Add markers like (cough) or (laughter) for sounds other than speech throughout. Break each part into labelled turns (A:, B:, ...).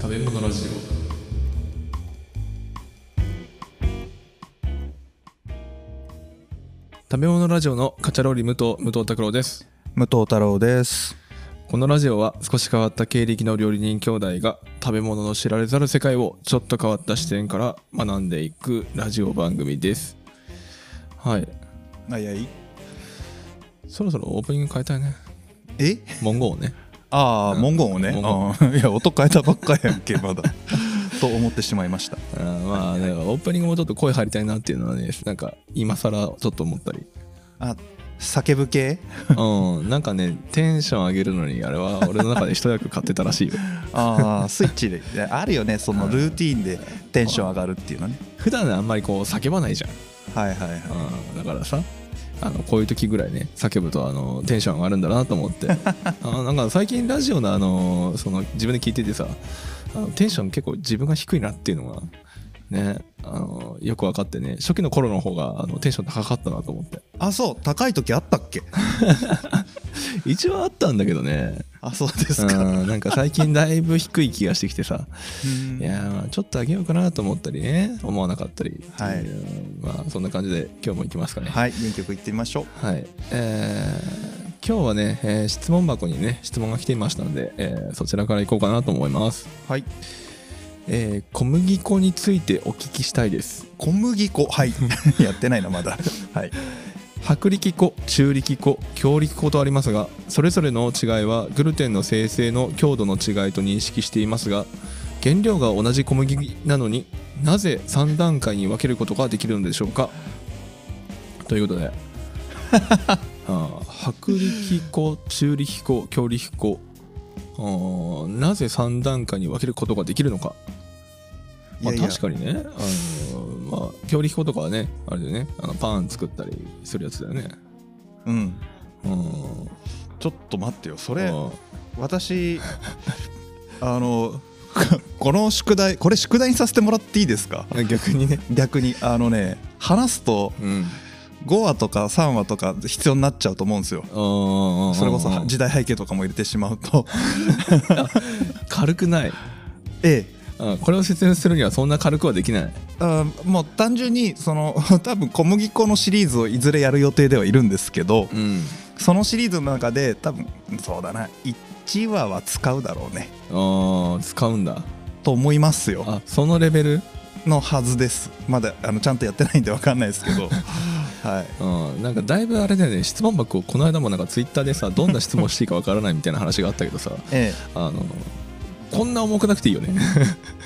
A: 食べ物ラジオ食べ物ラジオのカチャロリ武藤武藤拓郎です
B: 武藤太郎です
A: このラジオは少し変わった経歴の料理人兄弟が食べ物の知られざる世界をちょっと変わった視点から学んでいくラジオ番組ですはい
B: はいはい
A: そろそろオープニング変えたいね
B: え
A: 文言をね
B: ああ、
A: うん
B: 文言をね
A: 文
B: ああ (laughs) いや音変えたばっかやんけま (laughs) だと思ってしまいました
A: あーまあねオープニングもちょっと声張りたいなっていうのはねなんか今更ちょっと思ったり
B: あ叫ぶ系
A: うん、なんかねテンション上げるのにあれは俺の中で一役買ってたらしいよ
B: ああスイッチでいやあるよねそのルーティーンでテンション上がるっていうのね
A: (laughs) 普段あんまりこう叫ばないじゃん、
B: はいはいはい
A: うん、だからさあのこういう時ぐらいね叫ぶとあのテンション上がるんだなと思 (laughs) ってあのなんか最近ラジオのあのその自分で聞いててさあのテンション結構自分が低いなっていうのがねあのよく分かってね初期の頃の方があのテンション高かったなと思って
B: あそう高い時あったっけ
A: 一応あったんだけど (laughs) ね
B: あそうですか
A: うんなんか最近だいぶ低い気がしてきてさ
B: うん
A: いやーまあちょっとあげようかなと思ったりね思わなかったりってう
B: はい
A: まあそんな感じで今日も行きますかね
B: はい原曲いってみましょう
A: はい、えー今日はね、えー質問箱にね質問が来ていましたので、えーそちらから行こうかなと思います、
B: はい
A: えー小麦粉についてお聞きしたいです
B: 小麦粉はい (laughs) やってないなまだはい
A: 薄力粉中力粉強力粉とありますがそれぞれの違いはグルテンの生成の強度の違いと認識していますが原料が同じ小麦なのになぜ3段階に分けることができるのでしょうかということであー薄力粉中力粉強力粉あーなぜ3段階に分けることができるのかまあ、
B: いやいや
A: 確かにね、あのまあ、強力粉とかはね、あれでね、あのパン作ったりするやつだよね。
B: うん
A: うん。
B: ちょっと待ってよそ
A: こ
B: れ私あのこの宿題これ宿題にさせてもらっていいですか
A: 逆にね。
B: 逆にあのね話すと
A: うん。
B: 5話とか3話とか必要になっちゃうと思うんですよそ
A: そ
B: れこそは時代背景とかも入れてしまうと (laughs)
A: 軽くない。
B: ええ
A: うんこれを説明するにはそんな軽くはできない。
B: あもう単純にその (laughs) 多分小麦粉のシリーズをいずれやる予定ではいるんですけど
A: うん。
B: そのシリーズの中で多分そうだな1話は使うだろうね
A: ああ、使うんだ。
B: と思いますよ
A: あ、そのレベル
B: のはずですまだあのちゃんとやってないんで分かんないですけどはい
A: うん。なんかだいぶあれだよね、質問箱をこの間もなんかツイッターでさ、どんな質問していいかわからないみたいな話があったけどさ、
B: ええ
A: あの、こんな重くなくていいよ (laughs) ね。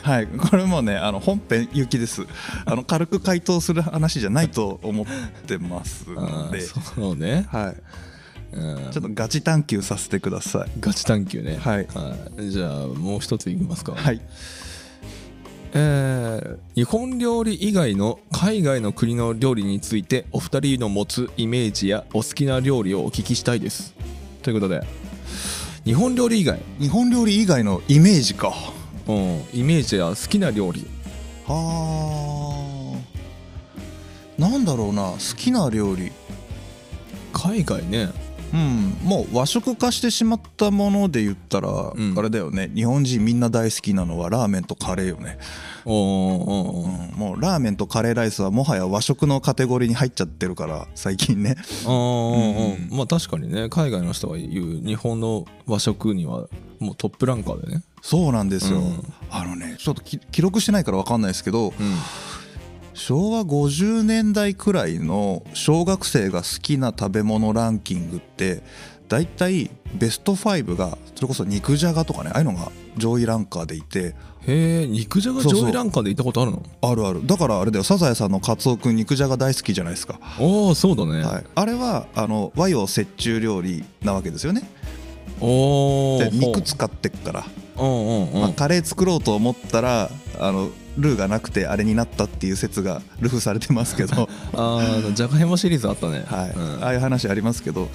B: はい、これもねあの本編行きです (laughs) あの軽く回答する話じゃないと思ってます
A: あ
B: の
A: ー
B: で、
A: そうね。
B: はい、
A: うん
B: ちょっとガチ探求させてください
A: ガチ探求ね。
B: はい
A: いじゃあもう一ついきますか。
B: はい
A: えー日本料理以外の海外の国の料理についてお二人の持つイメージやお好きな料理をお聞きしたいです。ということで日本料理以外、
B: 日本料理以外のイメージか
A: うん、イメージや好きな料理。
B: はあなんだろうな好きな料理
A: 海外ね。
B: うんもう和食化してしまったもので言ったら、
A: ん
B: あれだよね日本人みんな大好きなのはラーメンとカレーよね
A: おーおーおー
B: うんもうラーメンとカレーライスはもはや和食のカテゴリーに入っちゃってるから最近ね (laughs)
A: あー
B: うん
A: まあ確かにね海外の人が言う日本の和食にはもうトップランカーでね。
B: そうなんですよ、
A: うん
B: あのねちょっとき記録してないから分かんないですけ
A: う
B: ど
A: ん
B: 昭和50年代くらいの小学生が好きな食べ物ランキングってだいたいベスト5がそれこそ肉じゃがとかねああいうのが上位ランカーでいて
A: へえ肉じゃが
B: そうそう
A: 上位ランカーで行ったことあるの
B: あるあるだからあれだよサザエさんのカツオくん肉じゃが大好きじゃないですか、
A: おおそうだね、
B: はい、あれはあの和洋折衷料理なわけですよね
A: おお
B: で肉使ってっから
A: うんうんうん、
B: まあ、カレー作ろうと思ったらあのルーがなくてあれになったっていう説がルフされてます
A: (laughs)
B: けど、
A: あーあのじゃがいもシリーズあったね
B: は
A: う
B: い
A: ん、確
B: あ
A: か
B: あいう話ありますけど
A: に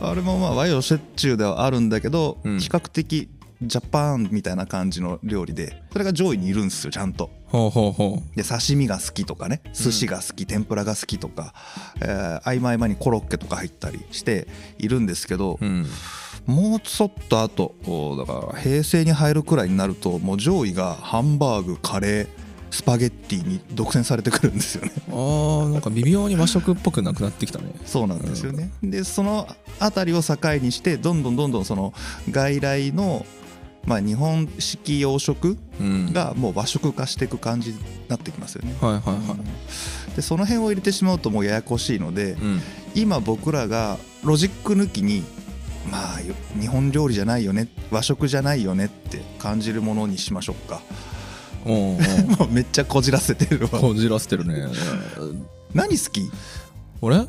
B: あれもまあ和洋折衷ではあるんだけど、
A: うん
B: 比較的ジャパンみたいな感じの料理でそれが上位にいるんですよちゃんと
A: ほうほうほ
B: で刺身が好きとかね寿司が好き、天ぷらが好きとか、えー合間合間にコロッケとか入ったりしているんですけど、
A: ううん
B: もうちょっと後おだから平成に入るくらいになるともう上位がハンバーグカレースパゲッティに独占されてくるんですよね
A: あーなんか微妙に和食っぽくなくなってきたね
B: (laughs) そうなんですよね、でその辺りを境にしてどんどんどんどんその外来の、まあ、日本式洋食
A: うん
B: がもう和食化していく感じになってきますよね、
A: はいはいは
B: でその辺を入れてしまうともうややこしいので
A: い、うん、
B: 今僕らがロジック抜きにまあよ日本料理じゃないよね和食じゃないよねって感じるものにしましょうか (laughs)
A: おうお
B: もうめっちゃこじらせてる
A: う
B: わ
A: こじらせてるね
B: (laughs) 何好き
A: 俺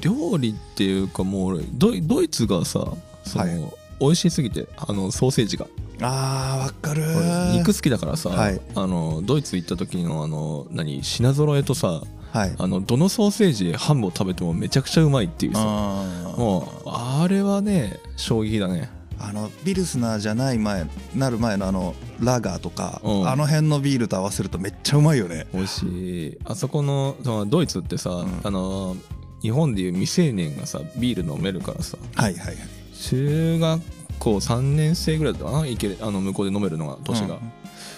A: 料理っていうかもう俺ドイドイツがさその、
B: はい
A: 美味しすぎてあのソーセージが
B: あーわかる
A: 俺肉好きだからさ、
B: はい
A: あのドイツ行った時のあの何品揃えとさ
B: はい
A: あのどのソーセージハムを食べてもめちゃくちゃうまいっていうさ
B: あー
A: もうあれはね衝撃だね
B: あのビルスナーじゃない前なる前のあのラガーとか
A: うん
B: あの辺のビールと合わせるとめっちゃうまいよね
A: 美味しいあそこのそのドイツってさ、
B: ん
A: あの日本でいう未成年がさビール飲めるからさ
B: はいはいはい
A: 中学校3年生ぐらいだったかないけあの向こうで飲めるのが年が、
B: うん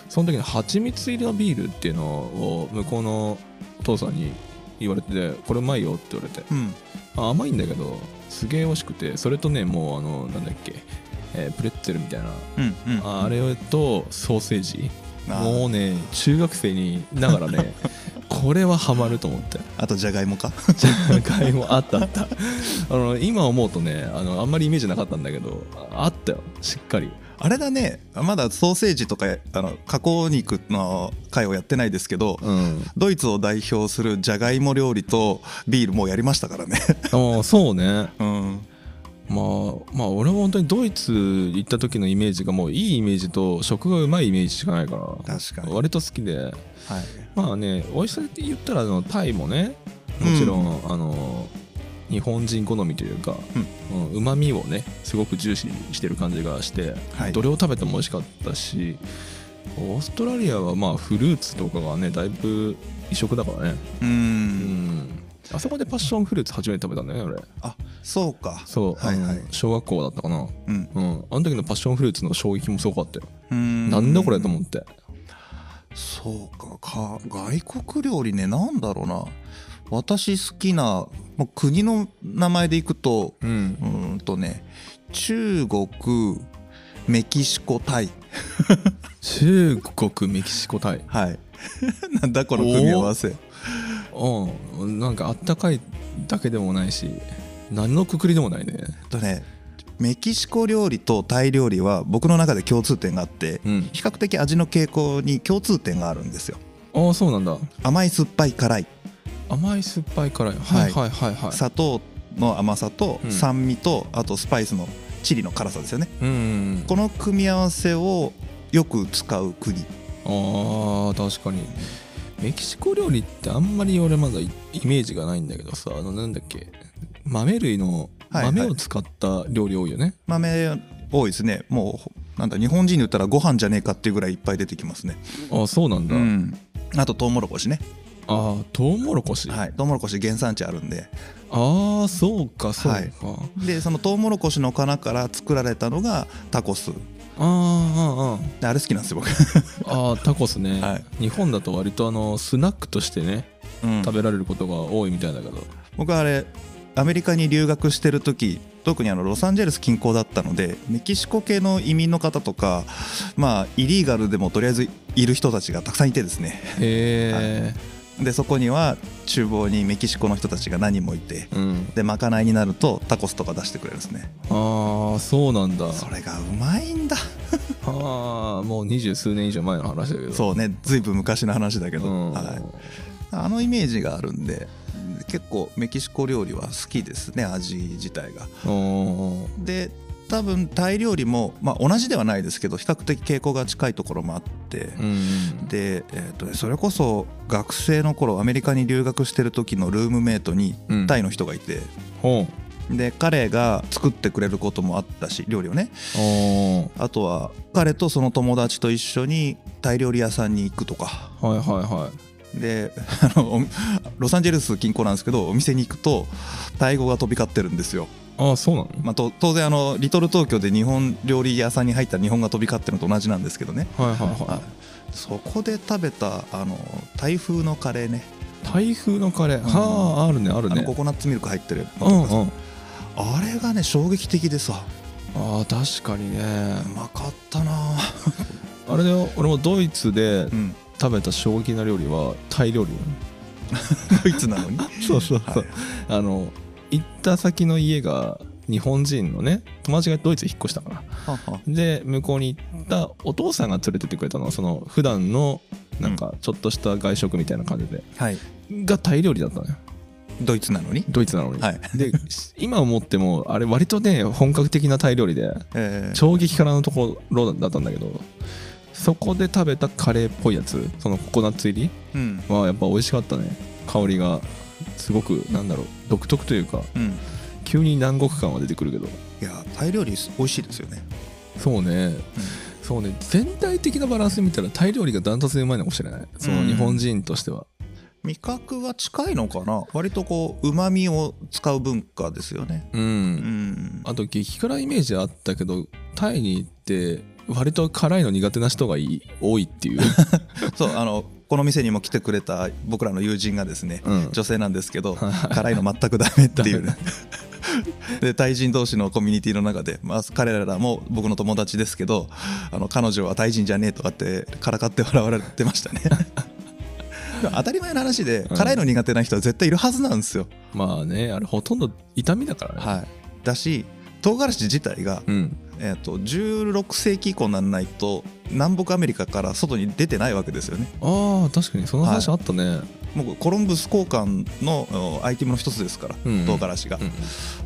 A: その時に蜂蜜入りのビールっていうのを向こうの父さんに言われてこれうまいよって言われて
B: うん
A: あ甘いんだけどすげえ美味しくてそれとねもうあのなんだっけ、えープレッツェルみたいな
B: うんうん
A: ああれとソーセージ
B: あー
A: もうね中学生にながら
B: (laughs)
A: ねこれはハマると思って (laughs)
B: あとじゃがいもか (laughs)
A: じゃがいもあったあったあの今思うとねあのあんまりイメージなかったんだけどああったよしっかり
B: あれだねまだソーセージとかあの加工肉の会をやってないですけど、
A: うん
B: ドイツを代表するじゃがいも料理とビールもうやりましたからね
A: ああそうね
B: うん
A: まあまあ俺も本当にドイツ行った時のイメージがもういいイメージと食がうまいイメージしかないから
B: 確かに
A: 割と好きで
B: はい
A: まあね美味しさって言ったらあのタイもねもちろん、あの日本人好みというかうま、みをねすごく重視してる感じがして、
B: はい
A: どれを食べても美味しかったしオーストラリアはまあフルーツとかがねだいぶ異色だからね
B: う
A: うんんあそこでパッションフルーツ初めて食べたんだよね俺
B: あそうか
A: そう、
B: はいはい
A: あの小学校だったかな
B: うん
A: うんあの時のパッションフルーツの衝撃もすごかったよ、
B: うん
A: なんだこれと思って
B: そうかか外国料理ねなんだろうな私好きな、まあ、国の名前でいくと
A: うん
B: うーんとね中国メキシコタイ
A: 中国メキシコタイ
B: はい (laughs) なんだこの組み合わせ
A: うんなんかあったかいだけでもないし何のくくりでもないね
B: えっとねメキシコ料理とタイ料理は僕の中で共通点があって、
A: うん
B: 比較的味の傾向に共通点があるんですよ
A: ああそうなんだ
B: 甘い酸っぱい辛い、
A: 甘い酸っぱい辛い
B: は
A: はいいはいはいはい
B: 砂糖の甘さと
A: うん
B: 酸味と、あとスパイスのチリの辛さですよね
A: うんうん
B: この組み合わせをよく使う国
A: うんあー確かにメキシコ料理ってあんまり俺まだイイメージがないんだけどさあのなんだっけ豆類の
B: はいはい
A: 豆を使った料理多いよね、
B: 豆多いですねもうなんだ日本人で言ったらご飯じゃねえかっていうぐらいいっぱい出てきますね
A: ああそうなんだ、
B: うんあとトウモロコシね
A: ああトウモロコシ、
B: はいトウモロコシ原産地あるんで
A: ああそうかそうか、
B: はいでそのトウモロコシの殻から作られたのがタコス
A: あーあーあー
B: であれ好きなんですよ僕、
A: あータコスね、
B: はい
A: 日本だと割とあのスナックとしてね
B: うん
A: 食べられることが多いみたいだけど、
B: 僕あれアメリカに留学してる時特にあのロサンゼルス近郊だったのでメキシコ系の移民の方とかまあイリーガルでもとりあえずいる人たちがたくさんいてですね
A: へえ、
B: でそこには厨房にメキシコの人たちが何人もいて
A: うん
B: でまかないになるとタコスとか出してくれるんですね
A: ああそうなんだ
B: それがうまいんだ
A: ああもう二十数年以上前の話だけど
B: そうねずいぶん昔の話だけ
A: う
B: ど、
A: ん、
B: はい、あのイメージがあるんで結構メキシコ料理は好きですね味自体が
A: おー
B: で多分タイ料理も、まあ、同じではないですけど比較的傾向が近いところもあって、
A: うん
B: で、えーとね、それこそ学生の頃アメリカに留学してる時のルームメイトに
A: うん
B: タイの人がいて、
A: ほう
B: で彼が作ってくれることもあったし料理をね
A: お
B: あとは彼とその友達と一緒にタイ料理屋さんに行くとか
A: ーはいはいはい
B: であのおロサンゼルス近郊なんですけどお店に行くとタイ語が飛び交ってるんですよ
A: ああそうなの
B: まあ、と当然あのリトル東京で日本料理屋さんに入ったら日本が飛び交ってるのと同じなんですけどね、
A: はいはいは
B: はい、そこで食べたあの台風のカレーね
A: い台風のカレー、
B: ん
A: はああるねある
B: あの
A: ね
B: ココナッツミルク入ってる
A: うんうん
B: あれがね衝撃的でさ
A: ああ確かにね
B: うまかった
A: (laughs)
B: なぁ
A: あれだよ俺もドイツで
B: うん
A: 食べた衝撃な料理はタイ料理
B: ドイツなのに
A: (laughs) そうそうそう
B: はい
A: あの行った先の家が日本人のね友達がドイツに引っ越したから
B: はは
A: で向こうに行ったお父さんが連れてってくれたのはその普段のなんかちょっとした外食みたいな感じで、
B: はい
A: がタイ料理だったのよ
B: ドイツなのに
A: ドイツなのに、
B: はい
A: で今思ってもあれ割とね本格的なタイ料理で
B: えー
A: 衝撃からのところだったんだけどそこで食べたカレーっぽいやつそのココナッツ入り
B: うん
A: はやっぱ美味しかったね香りがすごくなんだろう独特というか
B: うん
A: 急に南国感は出てくるけど
B: いやタイ料理美味しいですよね
A: そうねそうね全体的なバランスで見たらタイ料理がダントツでうまいのかもしれないその日本人としては、
B: 味覚が近いのかな割とこううまみを使う文化ですよね
A: うん
B: うん
A: あと激辛イメージあったけどタイに行って割と辛いの苦手な人がいい多いっていう、
B: そうあのこの店にも来てくれた僕らの友人がですね、
A: (laughs) うん
B: 女性なんですけど辛いの全くダメって
A: (laughs)
B: いうねでタイ人同士のコミュニティの中で、まあ、彼らも僕の友達ですけどあの彼女はタイ人じゃねえとかってからかって笑われて
A: (laughs)
B: ましたねでも当たり前の話で
A: うん
B: 辛いの苦手な人は絶対いるはずなんですよ、
A: まあねあれほとんど痛みだからね、
B: はい、だし唐辛子自体が、
A: うん
B: えー、と16世紀以降にならないと南北アメリカから外に出てないわけですよね
A: ああ確かにその話あったね、
B: もうコロンブス交換のおアイテムの一つですから、
A: うん
B: 唐辛子が、
A: うん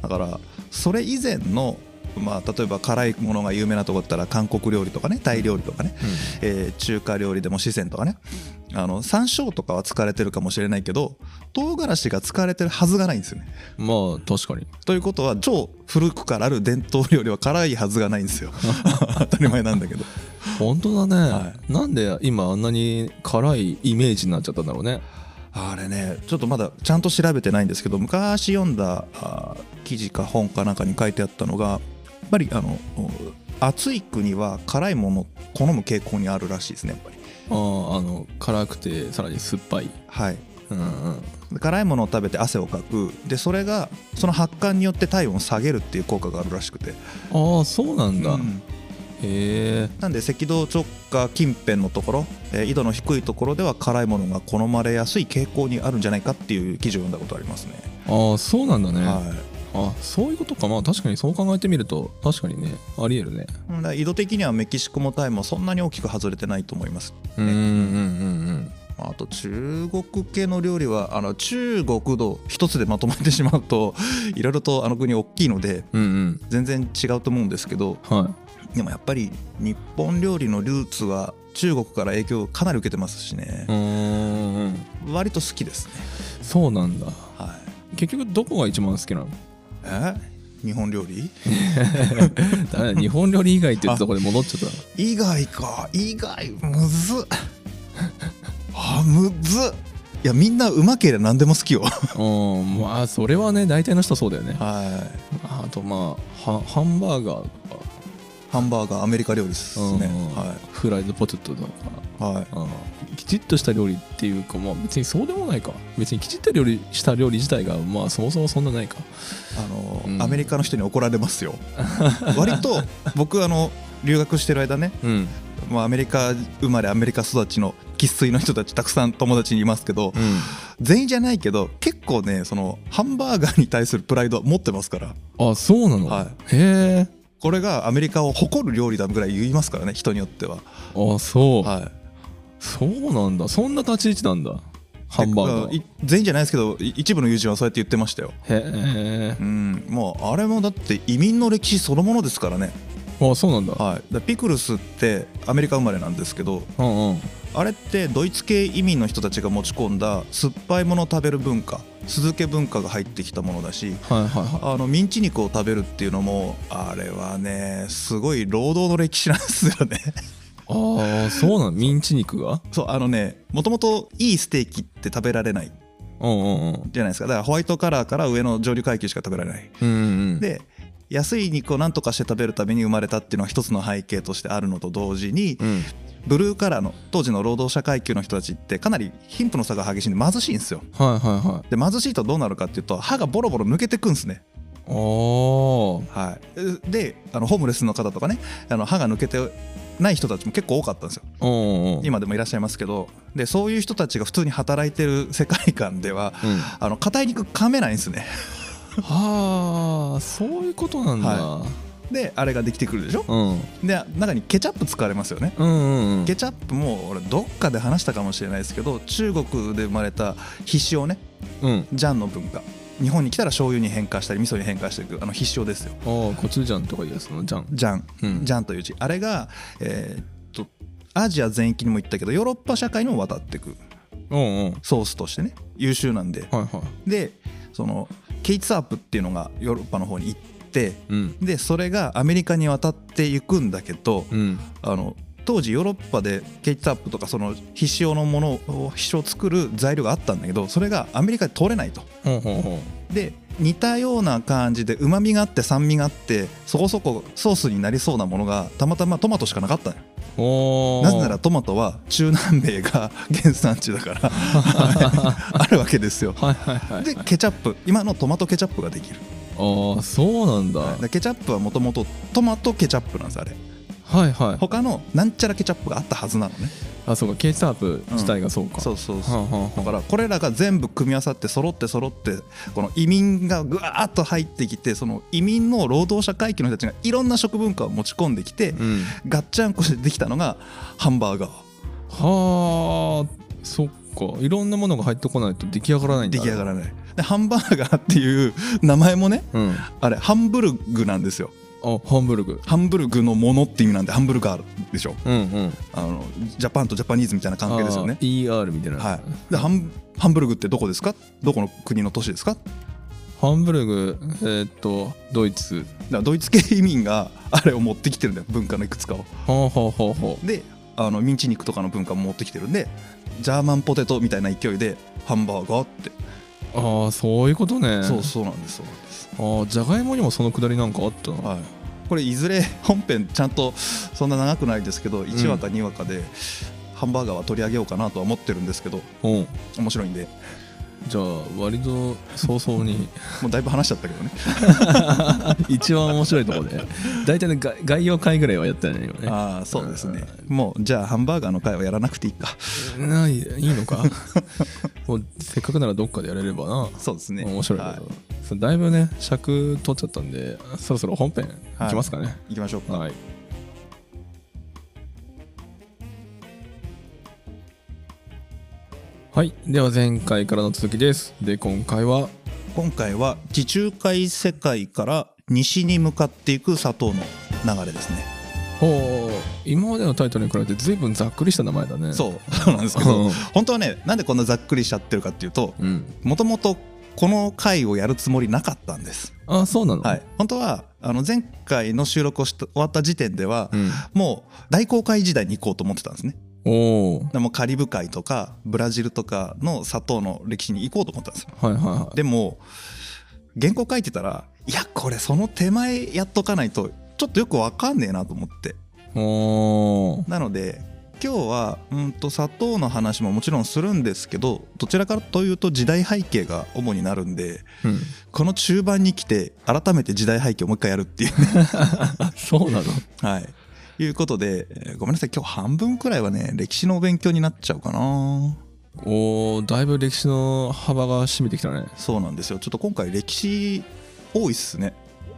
B: だからそれ以前の、まあ、例えば辛いものが有名なとこだったら韓国料理とかねタイ料理とかね、えー中華料理でも四川とかねあの山椒とかは使われてるかもしれないけど唐辛子が使われてるはずがないんですよね
A: まあ確かに
B: ということは超古くからある伝統料理は辛いはずがないんですよ
A: (laughs)
B: 当たり前なんだけど
A: 本当だね、
B: は
A: なんで今あんなに辛いイメージになっちゃったんだろうね
B: あれねちょっとまだちゃんと調べてないんですけど昔読んだあー記事か本かなんかに書いてあったのがやっぱりあのお暑い国は辛いものを好む傾向にあるらしいですねやっぱり
A: あああの辛くてさらに酸っぱい
B: はい
A: うんうん
B: 辛いものを食べて汗をかくでそれがその発汗によって体温を下げるっていう効果があるらしくて、
A: ああそうなんだ、
B: うん
A: へえ
B: なんで赤道直下近辺のところ、えー緯度の低いところでは辛いものが好まれやすい傾向にあるんじゃないかっていう記事を読んだことありますね、
A: ああそうなんだね、
B: はい
A: あそういうことかまあ確かにそう考えてみると確かにねありえるね
B: だから緯度的にはメキシコもタイもそんなに大きく外れてないと思います
A: うんうんうん
B: あと中国系の料理はあの中国度一つでまとめてしまうと (laughs) いろいろとあの国大きいので
A: うんうん
B: 全然違うと思うんですけど
A: うんはい
B: でもやっぱり日本料理のルーツは中国から影響をかなり受けてますしね
A: うーんうん
B: 割と好きですね
A: そうなんだ
B: はい
A: 結局どこが一番好きなの (laughs)
B: え日本料理
A: だ日本料理以外って言ったところで戻っちゃった
B: 以外か以外むずっ (laughs) あむずっいやみんなうまければ何でも好きよ
A: うんまあそれはね大体の人そうだよね
B: はい
A: あとまあはハンバーガーとか
B: ハンバーガーアメリカ料理です
A: うん
B: ね、は
A: フライドポテトとか、
B: い、はい、
A: うん、きちっとした料理っていうかまあ別にそうでもないか別にきちっと料理した料理自体がまあそもそもそんなないか
B: あの、
A: うん
B: アメリカの人に怒られますよ (laughs) 割と僕あの留学してる間ね、
A: うん
B: まあ、アメリカ生まれアメリカ育ちの生粋の人たちたくさん友達にいますけど、全員じゃないけど結構ねそのハンバーガーに対するプライドは持ってますから
A: あそうなの、
B: は
A: へえ
B: これがアメリカを誇る料理だぐらい言いますからね人によっては、
A: あそう、
B: はい、
A: そうなんだそんな立ち位置なんだハンバーガ
B: で
A: ー
B: い全員じゃないですけどい一部の友人はそうやって言ってましたよ
A: へ
B: うんもうあれもだって移民の歴史そのものですからね
A: えあそうなんだ
B: はい、だからピクルスってアメリカ生まれなんですけど
A: うんうん
B: あれってドイツ系移民の人たちが持ち込んだ酸っぱいものを食べる文化酢漬け文化が入ってきたものだし
A: はいはいは
B: あのミンチ肉を食べるっていうのもあれはねすごい労働の歴史なんですよね
A: い
B: (laughs)
A: ああそうなのミンチ肉が
B: そうあのねもともといいステーキって食べられない
A: うんうんうん
B: じゃないですかだからホワイトカラーから上の上流階級しか食べられない
A: うんうん
B: で安い肉を何とかして食べるために生まれたっていうのは一つの背景としてあるのと同時に
A: うん
B: ブルーカラーの当時の労働者階級の人たちってかなり貧富の差が激しいんで貧しいんですよ
A: はいはいはい
B: で貧しいとどうなるかっていうと歯がボロボロ抜けてくんですね
A: あー
B: はいであのホームレスの方とかねあの歯が抜けてない人たちも結構多かったんですよ
A: うんうんうん
B: 今でもいらっしゃいますけどでそういう人たちが普通に働いてる世界観では
A: うん
B: あの硬い肉噛めないんですね
A: はあそういうことなんだ、
B: はであれができてくるでしょ
A: うん、
B: で中にケチャップ使われますよね
A: うんうんうん
B: ケチャップも俺どっかで話したかもしれないですけど中国で生まれた必勝ね
A: うん
B: ジャンの文化日本に来たら醤油に変化したり味噌に変化していくあの必勝ですよ
A: ああコチュジャンとかいうやつのジャン
B: ジャン、
A: うん
B: ジャンという字あれがえーっとアジア全域にも行ったけどヨーロッパ社会にも渡ってく
A: うんうん
B: ソースとしてね優秀なんで
A: はいはい
B: でそのケイツアープっていうのがヨーロッパの方に行って
A: うん
B: でそれがアメリカに渡っていくんだけど、
A: うん
B: あの当時ヨーロッパでケイツアップとかその必勝のものを必勝を作る材料があったんだけどそれがアメリカで通れないと
A: ほうほうほう
B: で似たような感じでうまみがあって酸味があってそこそこソースになりそうなものがたまたまトマトしかなかったのよ
A: おー
B: な
A: (laughs)
B: ぜならトマトは中南米が (laughs) 原産地だからあるわけですよ
A: はいはいはい
B: でケチャップ今のトマトケチャップができる
A: ああそうなんだ、
B: だからケチャップはもともとトマトケチャップなんですあれ
A: はいはい
B: 他のなんちゃらケチャップがあったはずなのね
A: あそうかケータープ自体がそうか、
B: そうそうそう
A: はあはあ
B: だ
A: は
B: からこれらが全部組み合わさって揃って揃ってこの移民がぐわーっと入ってきてその移民の労働者階級の人たちがいろんな食文化を持ち込んできて
A: あうん
B: ガッチャンコしてできたのがハンバーガー
A: はあそっかいろんなものが入ってこないと出来上がらないんだ
B: 出来上がらないでハンバーガーっていう名前もね
A: うん
B: あれハンブルグなんですよ
A: あハンブルグ
B: ハンブルグのものって意味なんでハンブルガーでしょ
A: うんうん
B: あのジャパンとジャパニーズみたいな関係ですよね
A: あー ER みたいな、
B: はいでハンハンブルグってどこですかどこの国の都市ですか
A: ハンブルグえーっとドイツ
B: だからドイツ系移民があれを持ってきてるんだよ文化のいくつかを
A: はあはあはあはあ
B: であのミンチ肉とかの文化も持ってきてるんでジャーマンポテトみたいな勢いでハンバーガーって、
A: ああそういうことね
B: そうそうなんですそうなんです、
A: ああじゃがいもにもそのくだりなんかあったな
B: はい、これいずれ本編ちゃんとそんな長くないですけど1話か2話かで、ハンバーガーは取り上げようかなとは思ってるんですけど
A: うん
B: 面白いんで
A: じゃあ割と早々に (laughs)
B: もうだいぶ話しちゃったけどね
A: 一番面白いところで大体ねが概要回ぐらいはやったよね (laughs) 今ね
B: ああそうですねもうじゃあハンバーガーの回はやらなくていいか
A: ないいいのか (laughs) もうせっかくならどっかでやれればな
B: そうですね
A: 面白いけど、
B: は
A: そうだいぶね尺取っちゃったんでそろそろ本編いきますかね
B: い、いきましょうか、
A: はい、はい、では前回からの続きですで今回は
B: 今回は地中海世界から西に向かっていく砂糖の流れですね
A: ほう今までのタイトルに比べて随分ざっくりした名前だね
B: そうそうなんですけ
A: う
B: ど
A: ん
B: 本当はねなんでこんなざっくりしちゃってるかっていうと
A: う、ん、
B: もともとこの回をやるつもりなかったんです。
A: あそうなの、
B: はい、本当はあの前回の収録をした終わった時点では、
A: うん、
B: もう大航海時代に行こうと思ってたんですね。
A: おお
B: でもうカリブ海とかブラジルとかの砂糖の歴史に行こうと思ったんですよ。
A: はいはいはい
B: でも原稿書いてたらいやこれその手前やっとかないとちょっとよくわかんねえなと思って
A: おー
B: なので今日はうんと砂糖の話ももちろんするんですけどどちらかというと時代背景が主になるんで
A: うん、
B: この中盤に来て改めて時代背景をもう一回やるっていうね
A: あそうなの
B: はいいうことで、えーごめんなさい今日半分くらいはね歴史のお勉強になっちゃうかな
A: おーだいぶ歴史の幅が占めてきたね
B: そうなんですよちょっと今回歴史多いっすね、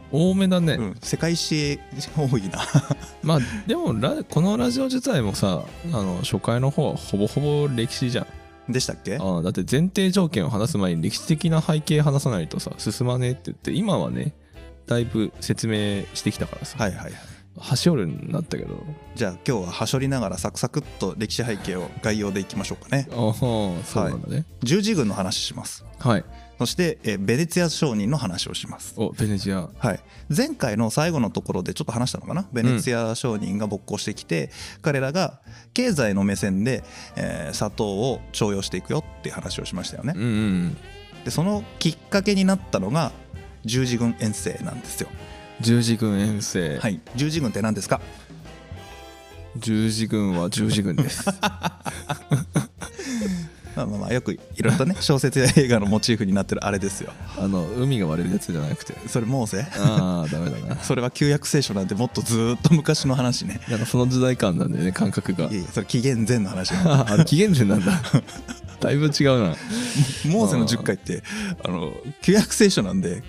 A: 多めだね、
B: うん、世界史多いな (laughs)
A: まあでもラこのラジオ自体もさあの初回の方はほぼほぼ歴史じゃん
B: でしたっけ
A: ああだって前提条件を話す前に歴史的な背景話さないとさ進まねえって言って今はねだいぶ説明してきたからさ、
B: はいはいはい
A: 端折るになったけど
B: じゃあ今日ははしょりながらサクサクっと歴史背景を概要でいきましょうかね
A: ああそうなんだね
B: 十字軍の話します
A: はい、
B: そして、えーベネツィア商人の話をします。
A: おベネチア
B: はい、前回の最後のところでちょっと話したのかなベネツィア商人が勃興してきて、彼らが経済の目線で、えー砂糖を徴用していくよっていう話をしましたよね
A: うん、うん、
B: でそのきっかけになったのが十字軍遠征なんですよ、
A: 十字軍遠征、
B: はい、十字軍って何ですか
A: 十字軍は十字軍です
B: (laughs) まあまあまあよくいろいろと
A: (laughs)
B: ね小説や映画のモチーフになってるあれですよ
A: あの海が割れるやつじゃなく
B: (laughs)
A: て
B: それモーセ
A: ああダメだな
B: それは旧約聖書なんてもっとずーっと昔の話ね
A: なんかその時代感なんだよね感覚が
B: いやいやそれ紀元前の話よ
A: ああれ紀元前なんだだいぶ違うな
B: モーセの10回ってあの旧約聖書なんで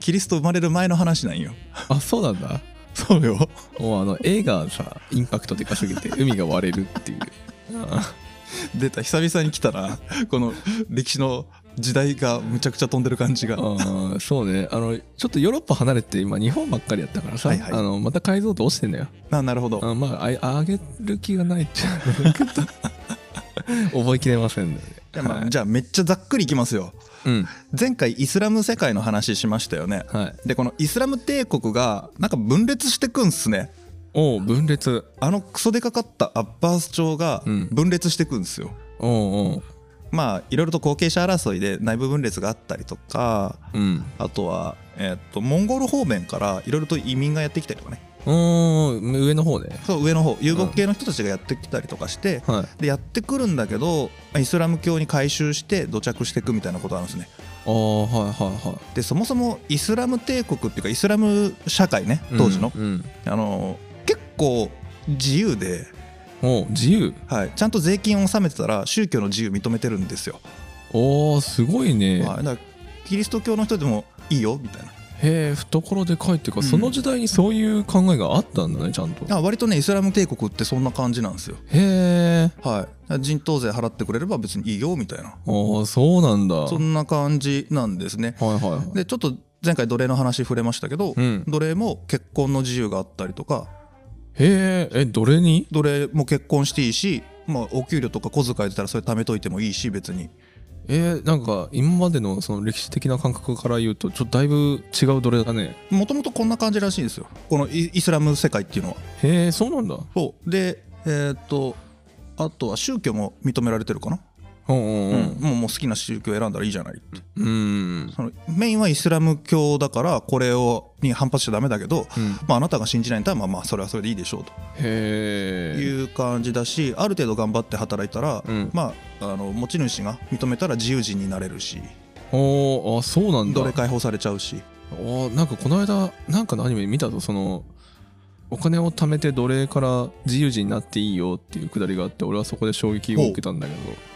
B: キリスト生まれる前の話なんよ
A: あそうなんだ
B: そうよ
A: もうあの映画さインパクトでかすぎて海が割れるっていうあ
B: 出た久々に来たなこの歴史の時代がむちゃくちゃ飛んでる感じが
A: あそうねあのちょっとヨーロッパ離れて今日本ばっかりやったからさ、
B: はいはい
A: あのまた解像度落ちてんだよ
B: ななるほど
A: あまああ上げる気がないっちゃ
B: (laughs)
A: 覚えきれませんね
B: じゃあまあ
A: はい
B: じゃあめっちゃざっくりいきますよ
A: うん
B: 前回イスラム世界の話しましたよね
A: はい
B: でこのイスラム帝国がなんか分裂してくんすね
A: おう分裂
B: あのクソでかかったアッバース朝が
A: うん
B: 分裂してくんですよ、
A: おうおう
B: まあいろいろと後継者争いで内部分裂があったりとか
A: うん
B: あとは、えーっとモンゴル方面からいろいろと移民がやってきたりとかね
A: おー上の方で
B: そう上の方遊牧系の人たちがやってきたりとかして、
A: はい
B: でやってくるんだけどイスラム教に改宗して土着していくみたいなことなんですね
A: ああはいはいはい
B: でそもそもイスラム帝国っていうかイスラム社会ね当時の、
A: うん
B: あの結構自由で、
A: うんおう自由
B: はい、ちゃんと税金を納めてたら宗教の自由認めてるんですよ、
A: おーすごいね、
B: はい、だからキリスト教の人でもいいよみたいな
A: へえ懐でかいっていうか、
B: うん
A: その時代にそういう考えがあったんだねちゃんと
B: あ割とねイスラム帝国ってそんな感じなんですよ
A: へえ
B: はい人頭税払ってくれれば別にいいよみたいな
A: ああそうなんだ
B: そんな感じなんですね
A: はいはいはい
B: でちょっと前回奴隷の話触れましたけど、
A: うん
B: 奴隷も結婚の自由があったりとか
A: へええどれに
B: 奴隷も結婚していいし、まあ、お給料とか小遣い出たらそれ貯めといてもいいし別に
A: えー、なんか今までのその歴史的な感覚から言うとちょっとだいぶ違うどれだね
B: もともとこんな感じらしいんですよこのイイスラム世界っていうのは
A: へえそうなんだ
B: そうでえーっとあとは宗教も認められてるかな、
A: うんうんう
B: うん
A: ん
B: もうもう好きな宗教選んだらいいじゃないって
A: うんうん
B: そのメインはイスラム教だからこれをに反発しちゃダメだけど、
A: うん
B: まあ、あなたが信じないんだったらまあまあそれはそれでいいでしょうと
A: へえ
B: いう感じだしある程度頑張って働いたら、
A: うん
B: まあ、あの持ち主が認めたら自由人になれるし
A: おーあそうなんだ
B: 奴隷解放されちゃうし
A: おーなんかこの間なんかのアニメ見たぞそのお金を貯めて奴隷から自由人になっていいよっていうくだりがあって俺はそこで衝撃を受けたんだけ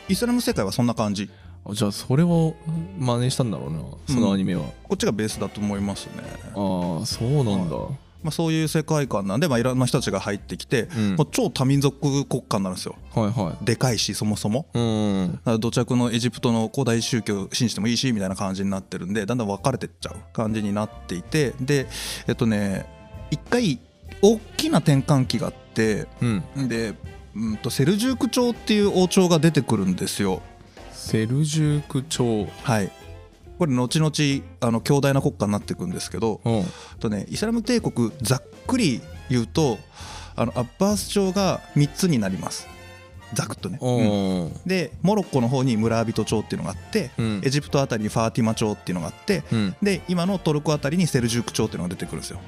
B: イスラム世界はそんな感じ
A: どあじゃあそれを真似したんだろうなそのアニメは、
B: こっちがベースだと思いますね、
A: ああそうなんだ、
B: まあ、そういう世界観なんで、まあ、いろんな人たちが入ってきて、
A: うん
B: もう超多民族国家になるんですよ
A: はいは
B: でかいしそもそも
A: いうん
B: だから土着のエジプトの古代宗教を信じてもいいしみたいな感じになってるんでだんだん分かれてっちゃう感じになっていてでえっとね一回大きな転換期があって
A: うん
B: でうんとセルジューク朝っていう王朝が出てくるんですよ
A: セルジューク朝
B: はいこれ後々あの強大な国家になっていくんですけど
A: うん
B: とねイスラム帝国ざっくり言うとあのアッバース朝が3つになりますざくっとね、うん
A: うん
B: でモロッコの方に村人朝っていうのがあって、
A: うん
B: エジプトあたりにファーティマ朝っていうのがあって
A: うん
B: で今のトルコあたりにセルジューク朝っていうのが出てくるんですよ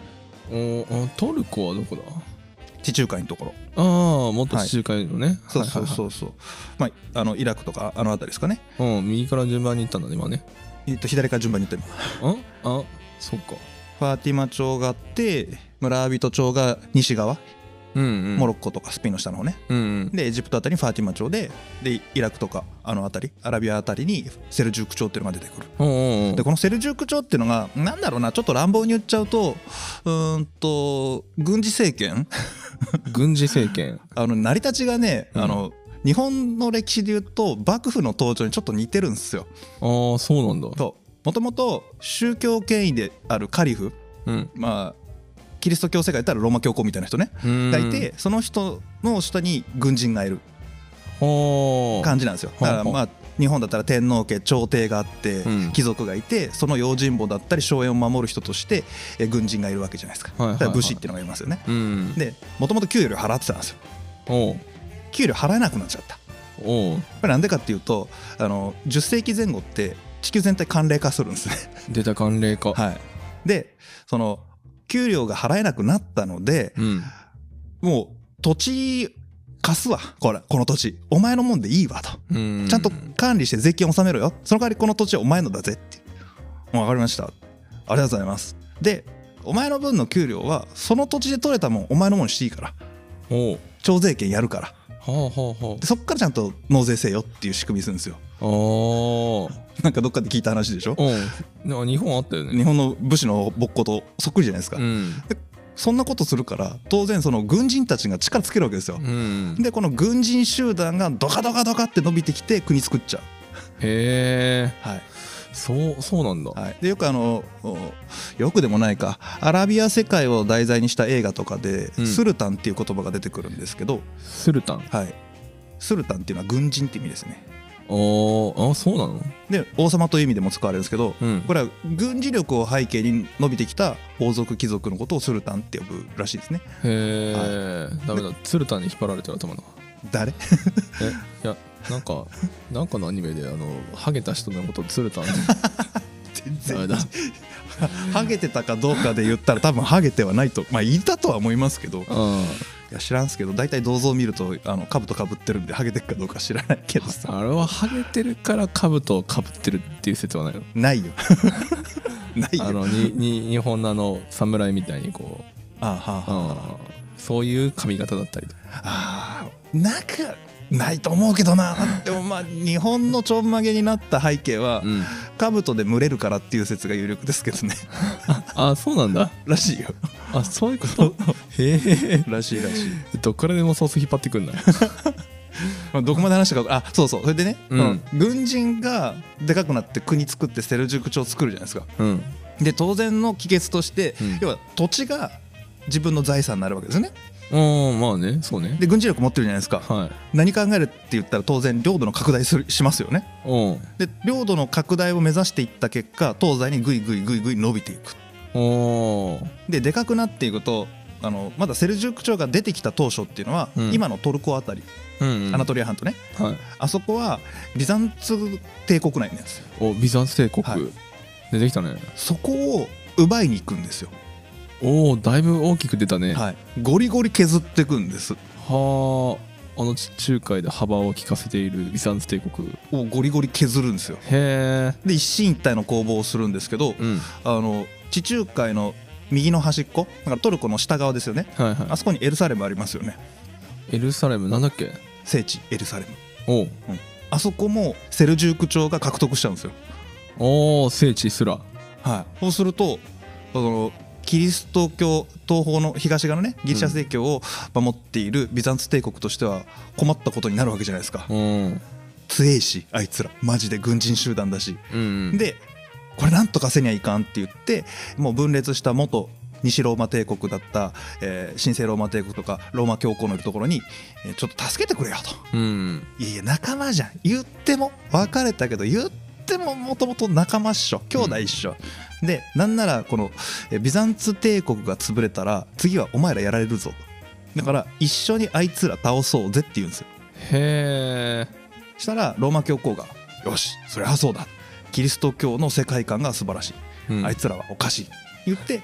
A: おーあトルコはどこだ
B: 地中海のところ
A: ああ元地中海のね、
B: そう
A: はいはいう
B: そ
A: はい
B: そうそう、まあ、あのイラクとかあのあたりですかね、
A: うん右から順番に行ったんだね今ね
B: えっと、左から順番に言ってみます
A: ああそっか
B: ファーティマ朝があって村人朝が西側
A: うんうん
B: モロッコとかスペインの下の方ね
A: うんうん
B: でエジプトあたりにファーティマ朝ででイラクとかあのあたりアラビアあたりにセルジューク朝っていうのが出てくる
A: おうおうおう
B: でこのセルジューク朝っていうのがなんだろうなちょっと乱暴に言っちゃうとうーんと軍事政権
A: 軍事政権
B: あの成り立ちがね、
A: うん
B: あの日本の歴史で言うと幕府の登場にちょっと似てるんですよ。
A: ああそうなんだ
B: ともともと宗教権威であるカリフ
A: うん
B: まあキリスト教世界だったらローマ教皇みたいな人ね
A: うん
B: がいてその人の下に軍人がいる
A: ほう
B: 感じなんですよだから
A: ほうほう
B: まあ日本だったら天皇家朝廷があって、
A: うん
B: 貴族がいてその用心棒だったり荘園を守る人として、えー軍人がいるわけじゃないですか,、
A: はいはいはい
B: だから武士っていうのがいますよね
A: うん
B: でもともと給料払ってたんですよ
A: おう
B: 給料払えなくなっちゃった
A: おう
B: これなんでかっていうとあの10世紀前後って地球全体寒冷化するんですね
A: (laughs) 出た寒冷化
B: はいでその給料が払えなくなったので
A: うん
B: もう土地貸すわこれこの土地お前のもんでいいわと
A: うん
B: ちゃんと管理して税金納めろよ。その代わりこの土地はお前のだぜって。もう分かりました。ありがとうございます。で、お前の分の給料は、その土地で取れたもん、お前のもんにしていいから。
A: おう
B: 徴税権やるから。
A: ほうほうほ
B: で、そっからちゃんと納税せよっていう仕組みするんですよ。
A: うお (laughs) ー
B: なんかどっかで聞いた話でしょ
A: おうなんか日本あったよね
B: 日本の武士の勃興とそっくりじゃないですか。
A: うん
B: そんなことするから、当然その軍人たちが力つけるわけですよ。
A: うん
B: で、この軍人集団がドカドカドカって伸びてきて国作っちゃう。
A: へえ
B: はい。
A: そうそうなんだ
B: はい、でよくあのおよくでもないかアラビア世界を題材にした映画とかで、
A: うん
B: スルタンっていう言葉が出てくるんですけど、
A: スルタン
B: はい、スルタンっていうのは軍人って意味ですね
A: おーあそうなの
B: で王様という意味でも使われるんですけど
A: うん
B: これは軍事力を背景に伸びてきた王族貴族のことをスルタンって呼ぶらしいですね
A: へえダメだスルタンに引っ張られてる頭の
B: 誰
A: えいやなんか (laughs) なんかのアニメであのハゲた人のことをツルタン
B: (laughs) 全
A: ダメ
B: 然
A: だ
B: ハゲてたかどうかで言ったら多分ハゲてはないとまあいたとは思いますけどい (laughs)
A: うん
B: や知らんすけど大体銅像を見るとあの兜かぶってるんでハゲてるかどうか知らないけどさ
A: あれはハゲてるから兜をかぶってるっていう説はないの
B: な
A: (laughs)
B: いよないよ
A: あのにに日本のあの侍みたいにこ
B: あは
A: う、
B: あは
A: うん、そういう髪型だったりとか
B: ああなくないと思うけどなで (laughs) もまあ日本のちょんまげになった背景は
A: うん
B: 兜で群れるからっていう説が有力です
A: (laughs)
B: けどね
A: あそうなんだ
B: らしいよ
A: あそういう
B: (laughs)
A: ことへえ
B: らしいらしい、
A: どっからでもソース引っ張ってくんな
B: まあ、どこまで話したかあそうそうそれでね、
A: うん
B: この軍人がでかくなって国作ってセルジュク朝作るじゃないですか
A: うん
B: で当然の帰結として、
A: うん
B: 要は土地が自分の財産になるわけですよね
A: うんまあねそうね
B: で軍事力持ってるじゃないですか
A: はい
B: 何考えるって言ったら当然領土の拡大するしますよね
A: うん
B: で領土の拡大を目指していった結果東西にぐいぐいぐいぐい伸びていく
A: おー
B: ででかくなっていくとあのまだセルジュク朝が出てきた当初っていうのは、
A: うん
B: 今のトルコあたり、
A: うん、うん、
B: アナトリア半島ね
A: はい
B: あそこはビザンツ帝国内なんですよ
A: おビザンツ帝国、
B: はい
A: 出てきたね
B: そこを奪いに行くんですよ、
A: おおだいぶ大きく出たねは
B: はい、ゴリゴリ削っていくんです
A: ああの地中海で幅を利かせているビザンツ帝国へ
B: をゴリゴリ削るんですよ
A: え
B: で一進一退の攻防をするんですけど、
A: うん
B: あの地中海の右の端っこだからトルコの下側ですよね
A: はいは
B: あそこにエルサレムありますよね
A: いエルサレムなんだっけ
B: 聖地エルサレム
A: おう
B: あそこもセルジューク朝が獲得しちゃうんですよ、
A: おー聖地すら
B: はい、そうするとそのキリスト教東方の東側のねギリシャ正教を守っているビザンツ帝国としては困ったことになるわけじゃないですか、
A: うん
B: 強いしあいつらマジで軍人集団だし、
A: うん
B: でこれなんとかせにゃいかんって言ってもう分裂した元西ローマ帝国だった、えー神聖ローマ帝国とかローマ教皇のいるところに、えーちょっと助けてくれよと
A: うん
B: いやいや仲間じゃん言っても別れたけど言ってももともと仲間っしょ兄弟っしょ、でなんならこのえビザンツ帝国が潰れたら次はお前らやられるぞだから一緒にあいつら倒そうぜって言うんですよ
A: へえ
B: したらローマ教皇が「よしそりゃそうだキリスト教の世界観が素晴らしい、
A: うん
B: あいつらはおかしい」言って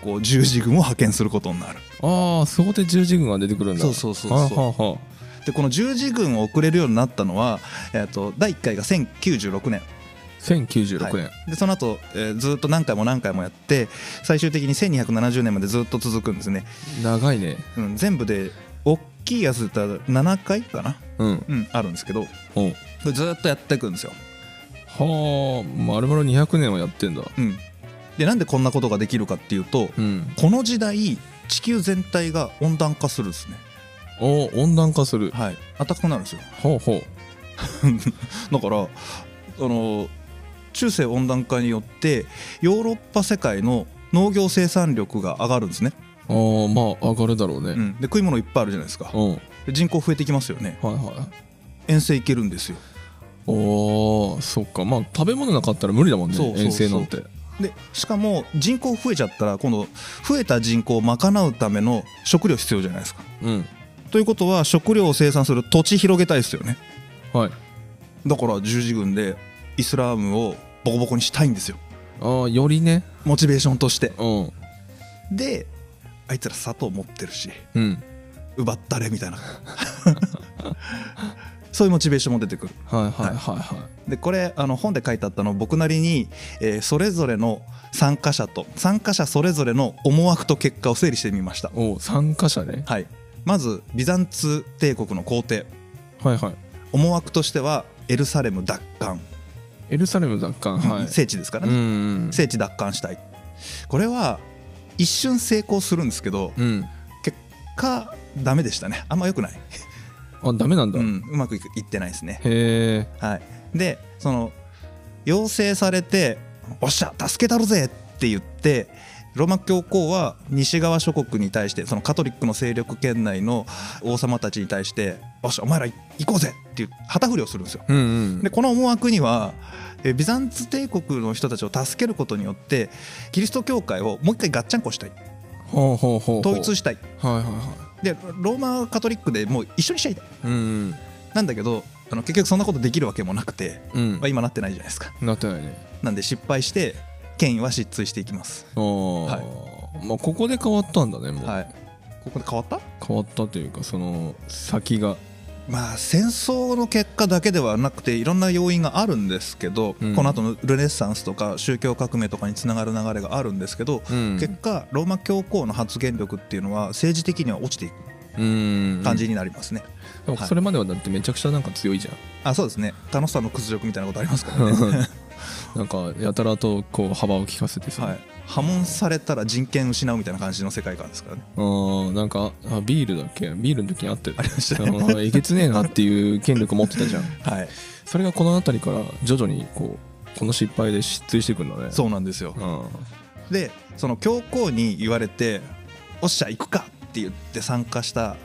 B: こう十字軍を派遣することになる
A: ああそこで十字軍が出てくるんだ
B: そうそうそうそう
A: はあはあは
B: でこの十字軍を送れるようになったのは、えっと第1回が1096年
A: あ1096年、
B: はいでその後、えーずっと何回も何回もやって最終的に1270年までずっと続くんですね、
A: 長いね
B: うん、全部で大きいやつだったら7回かな、
A: うん
B: うん、あるんですけどこ
A: おう
B: れずっとやっていくんですよ、
A: はあ丸々200年はやってんだ
B: うん、でなんでこんなことができるかっていうと、
A: うん
B: この時代地球全体が温暖化するんですね
A: おー温暖化する
B: はい暖かくなるんですよ
A: ほうほう
B: だからあの中世温暖化によってヨーロッパ世界の農業生産力が上がるんですね、
A: ああまあ上がるだろう
B: う
A: ね
B: ん、で食い物いっぱいあるじゃないですか
A: うん、
B: 人口増えてきますよね
A: はいは
B: 遠征行けるんですよ
A: おーそっかまあ食べ物なかったら無理だもんね
B: そうそうそう
A: 遠征なんて
B: でしかも人口増えちゃったら今度増えた人口を賄うための食料必要じゃないですか
A: うん
B: ということは食料を生産する土地広げたいですよね
A: はい
B: だから十字軍でイスラームをボコボコにしたいんですよ
A: あーよりね
B: モチベーションとして
A: うん
B: であいつら砂糖持ってるし
A: うん
B: 奪ったれみたいな (laughs) そういうモチベーションも出てくる
A: はいはいはいは
B: でこれあの本で書いてあったの僕なりに、えーそれぞれの参加者と参加者それぞれの思惑と結果を整理してみました
A: い、おお参加者ね
B: はい、まずビザンツ帝国の皇帝
A: はいはい
B: 思惑としてはエルサレム奪還、
A: エルサレム奪還はい
B: 聖地ですから
A: うん
B: ね、
A: うん
B: 聖地奪還したいこれは一瞬成功するんですけど
A: うん
B: 結果ダメでしたねあんま良くない、
A: あダメなんだ、
B: う
A: へ
B: ん、うまくいくいってないですね
A: え
B: はい、でその要請されて「おっしゃ助けたろぜ!」って言ってローマ教皇は西側諸国に対してそのカトリックの勢力圏内の王様たちに対して「おっしゃお前ら行こうぜ!」っていう旗振りをするんですよ。
A: うんうん
B: でこの思惑にはえビザンツ帝国の人たちを助けることによってキリスト教会をもう一回ガッチャンコしたい
A: ほうほうほうほう
B: 統一したい
A: はいはいは
B: でローマカトリックでもう一緒にしちゃいたい
A: いうん
B: なんだけどあの結局そんなことできるわけもなくて、
A: うんうん
B: まあ、今なってないじゃないですか
A: なってないね
B: なんで失敗して権威は失墜していきます。
A: ああ、まあここで変わったんだねもう、
B: い。ここで変わった？
A: 変わったというかその先が
B: まあ戦争の結果だけではなくていろんな要因があるんですけど、
A: うん
B: この後のルネッサンスとか宗教革命とかにつながる流れがあるんですけど、
A: うん
B: 結果ローマ教皇の発言力っていうのは政治的には落ちていく
A: うん
B: 感じになりますね。
A: でも
B: はい
A: それまではだってめちゃくちゃなんか強いじゃん、
B: あそうですね。楽しさの屈辱みたいなことあります (laughs) からね。
A: なんかやたらとこう幅を利かせてさ、
B: はい。破門されたら人権失うみたいな感じの世界観ですからね。
A: あーなんかあビールだっけビールの時にあって
B: ありましたね。
A: えげつねえなっていう権力持ってたじゃ
B: (laughs)
A: ん
B: はい。
A: それがこの辺りから徐々にこうこの失敗で失墜していくんだね
B: そうなんですよ。
A: うん
B: でその教皇に言われて「おっしゃ行くか!」って言って参加した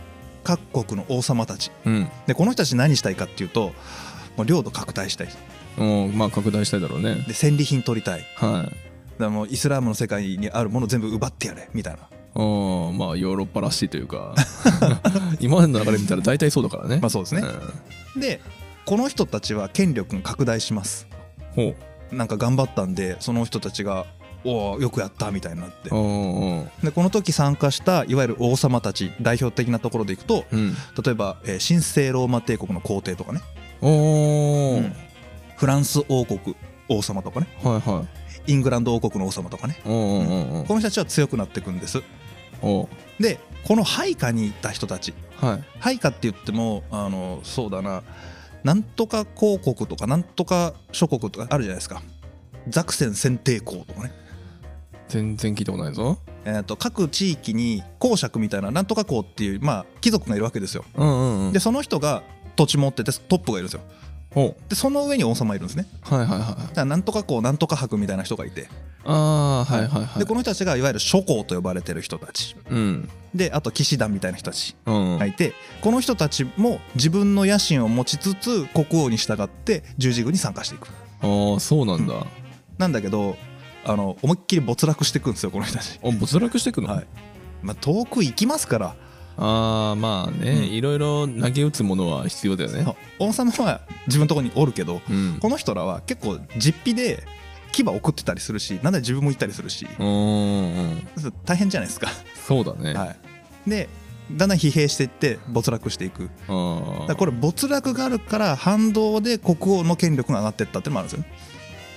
B: 各国の王様たち
A: うん
B: でこの人たち何したいかっていうともう領土拡大したい
A: うんまあ拡大したいだろうね
B: で戦利品取りたいだか
A: はい
B: らもうイスラームの世界にあるもの全部奪ってやれみたいな
A: うんまあヨーロッパらしいというか (laughs) 今までの流れ見たら大体そうだからね
B: まあそうですね
A: う
B: でこの人たちは権力が拡大します
A: んほう
B: なんか頑張ったんでその人たちが「おおよくやった」みたいになって
A: うんうん
B: でこの時参加したいわゆる王様たち代表的なところでいくと
A: うん
B: 例えば、えー神聖ローマ帝国の皇帝とかね
A: おー、
B: うんフランス王国王様とかね
A: はいはい
B: イングランド王国の王様とかね
A: うんうんうんうん
B: この人たちは強くなっていくんです
A: おう
B: でこの配下にいた人たち
A: はい
B: 配下って言ってもあのそうだななんとか公国とかなんとか諸国とかあるじゃないですかザクセン選定公とかね、
A: 全然聞いたことないぞ
B: えー、と各地域に公爵みたいななんとか公っていう、まあ、貴族がいるわけですよ
A: うんうんうん
B: でその人が土地持っててトップがいるんですよ
A: おう
B: でその上に王様いるんですね
A: はいはいはい
B: だからなんとか公なんとか伯みたいな人がいて
A: ああはいはいはい
B: でこの人たちがいわゆる諸侯と呼ばれてる人たち
A: うん
B: であと騎士団みたいな人たち
A: うん
B: がいてこの人たちも自分の野心を持ちつつ国王に従って十字軍に参加していく
A: ああそうなんだあ
B: なんだけどあの思いっきり没落していくんですよこの人たち、
A: 没落していくの
B: は
A: あ
B: いまあ、遠く行きますから、
A: あーまあ
B: うん
A: ねいろいろ投げ打つものは必要だよね
B: 王様は自分のところにおるけど
A: うん
B: この人らは結構実費で牙送ってたりするしなんで自分も行ったりするし
A: うんうん
B: 大変じゃないですか、
A: そうだねあ
B: はい、でだんだん疲弊していって没落していくだから
A: あ
B: これ没落があるから反動で国王の権力が上がってったってのもあるんですよね、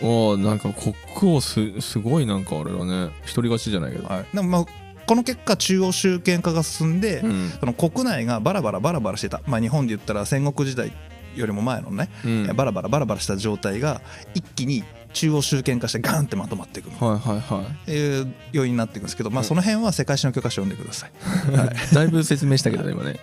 A: おーなんか国王すすごいなんかあれだね独り勝ちじゃないけど
B: はい、でもまあこの結果中央集権化が進んで、
A: うん
B: その国内がバラバラバラバラしてた、まあ、日本で言ったら戦国時代よりも前のね、
A: うんはい
B: バラバラバラバラした状態が一気に中央集権化してガーンってまとまっていくっ
A: はいは
B: ていう要因になっていくんですけど、まあ、
A: うん
B: その辺は世界史の教科書を読んでく (laughs) ださい
A: いだいぶ説明したけどね今ね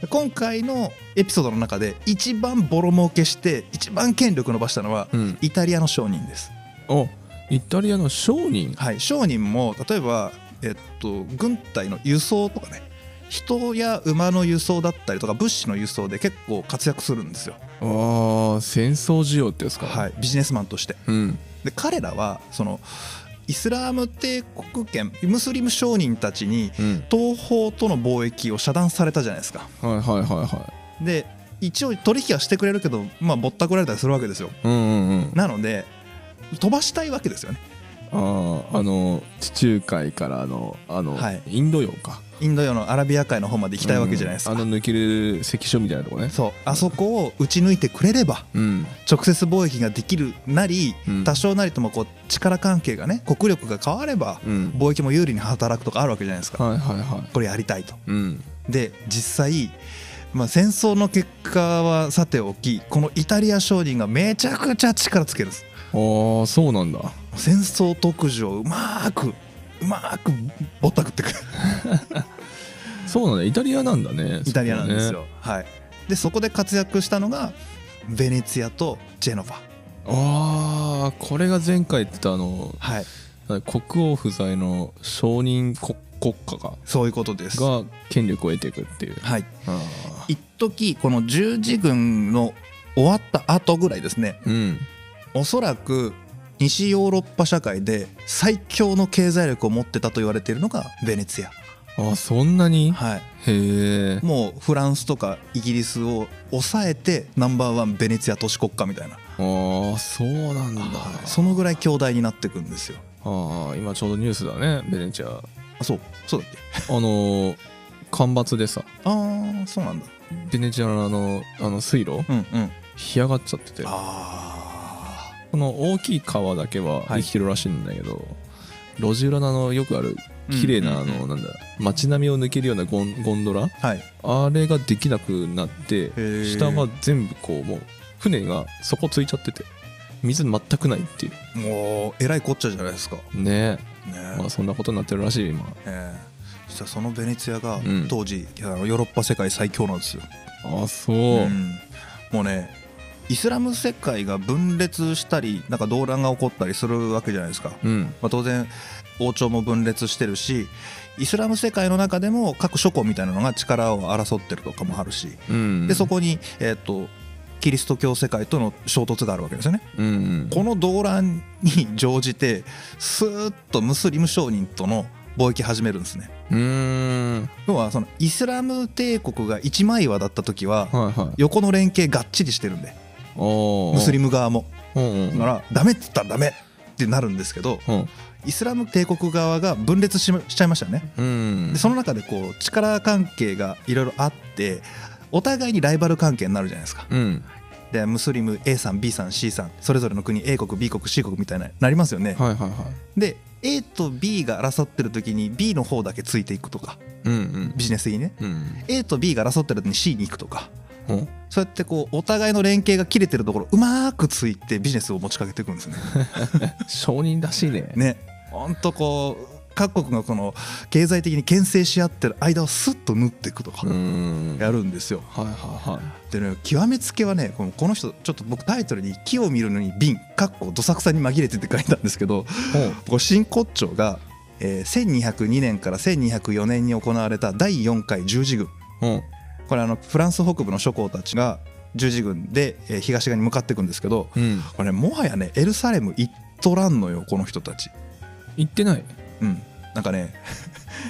B: で今回のエピソードの中で一番ボロ儲けして一番権力伸ばしたのは
A: うん
B: イタリアの商人です
A: おイタリアの商人
B: はい、商人も例えば、えっと、軍隊の輸送とかね人や馬の輸送だったりとか物資の輸送で結構活躍するんですよ、
A: あー戦争需要ってですか
B: はいい、ビジネスマンとして
A: うん
B: で彼らはそのイスラーム帝国圏ムスリム商人たちに
A: うん
B: 東方との貿易を遮断されたじゃないですか
A: はいはいはいは
B: で一応取引はしてくれるけどまあぼったくられたりするわけですよ
A: いうんうんうん
B: なので飛ばしたいわけですよね
A: あああの地中海からのあの、
B: はい
A: インド洋か
B: インド洋のアラビア海の方まで行きたいわけじゃないですか、
A: うんあの抜ける関所みたいなとこね
B: そうあそこを打ち抜いてくれれば
A: うん
B: 直接貿易ができるなり
A: うん
B: 多少なりともこう力関係がね国力が変われば
A: うん
B: 貿易も有利に働くとかあるわけじゃないですか
A: はいはいは
B: これやりたいと
A: いうん
B: で実際まあ戦争の結果はさておきこのイタリア商人がめちゃくちゃ力つけるんです
A: ああそうなんだ
B: 戦争特需をうまーくうまーくぼったくってくる
A: そうなんだイタリアなんだね
B: イタリアなんですよ、
A: そ
B: はいでそこで活躍したのがベネツィアとジェノファ
A: こねああこれが前回言ってたあの
B: はい
A: 国王不在の商人国国家が
B: そういうことです
A: が権力を得ていくっていう
B: はい
A: あ
B: 一時この十字軍の終わった後ぐらいですね
A: ーうん
B: おそらく西ヨーロッパ社会で最強の経済力を持ってたと言われているのがベネツィ
A: あーそんなに
B: ア、はい、
A: へえ
B: もうフランスとかイギリスを抑えてナンバーワンベネツィア都市国家みたいな
A: ああそうなんだ
B: そのぐらい強大になってくんですよ
A: ああ今ちょうどニュースだねベネチアあ
B: あそうそうだっけ
A: のー干ばつでさ
B: ああそうなんだ
A: ベネチアのあのあの水路
B: うんうん
A: 干上がっちゃってて
B: あ
A: この大きい川だけは
B: は
A: 生
B: い
A: きてるらしいんだけど、路地裏のあのよくある
B: うん
A: 綺麗なあ
B: うん
A: のなんだ街並みを抜けるようなゴンゴンドラ
B: あはい
A: あれができなくなって
B: ー
A: 下が全部こうもう船が底ついちゃってて水全くないっていう
B: もうえらいこっちゃじゃないですかね
A: ね
B: え
A: まあそんなことになってるらしい今
B: ええそしたらそのベネツィアが
A: ん
B: 当時、あのヨーロッパ世界最強なんですよ、
A: あそう、
B: うんもうねイスラム世界が分裂したりなんか動乱が起こったりするわけじゃないですか、
A: うん
B: まあ、当然王朝も分裂してるしイスラム世界の中でも各諸侯みたいなのが力を争ってるとかもあるし
A: うん
B: でそこに、えっとキリスト教世界との衝突があるわけですよね
A: うんうん
B: この動乱に乗じてスーッとムスリム商人との貿易始めるんですね
A: うーん
B: 要はそのイスラム帝国が一枚岩だった時は
A: はいはい
B: 横の連携がっちりしてるんで
A: おー
B: ムスリム側も
A: うんうん
B: だからダメっつったらダメってなるんですけど
A: うん
B: イスラム帝国側が分裂しましちゃいましたよね
A: うん
B: でその中でこう力関係がいろいろあってお互いにライバル関係になるじゃないですか
A: うん
B: でムスリム A さん B さん C さんそれぞれの国 A 国 B 国 C 国みたいななりますよね
A: はいはいはい
B: で A と B が争ってる時に B の方だけついていくとか
A: うんうん
B: ビジネス的にね
A: うん
B: A と B が争ってる時に C に行くとか
A: うん
B: そうやってこうお互いの連携が切れてるところうまーくついてビジネスを持ちかけていくんですね。
A: 商人らしいね
B: ねほんとこう各国がこの経済的に牽制し合ってる間をスッと縫っていくとか
A: うーんはい
B: やるんですよ。
A: はいは
B: でね極めつけはねこのこの人ちょっと僕タイトルに「木を見るのに瓶」かっこどさくさに紛れてって書いたんですけど
A: いほう
B: こう真骨頂が、えー1202年から1204年に行われた第4回十字軍
A: うん
B: これあのフランス北部の諸侯たちが十字軍で、えー東側に向かっていくんですけど
A: うん
B: これねもはやねエルサレム行っとらんのよこの人たち。
A: 行ってない
B: うん、なんかね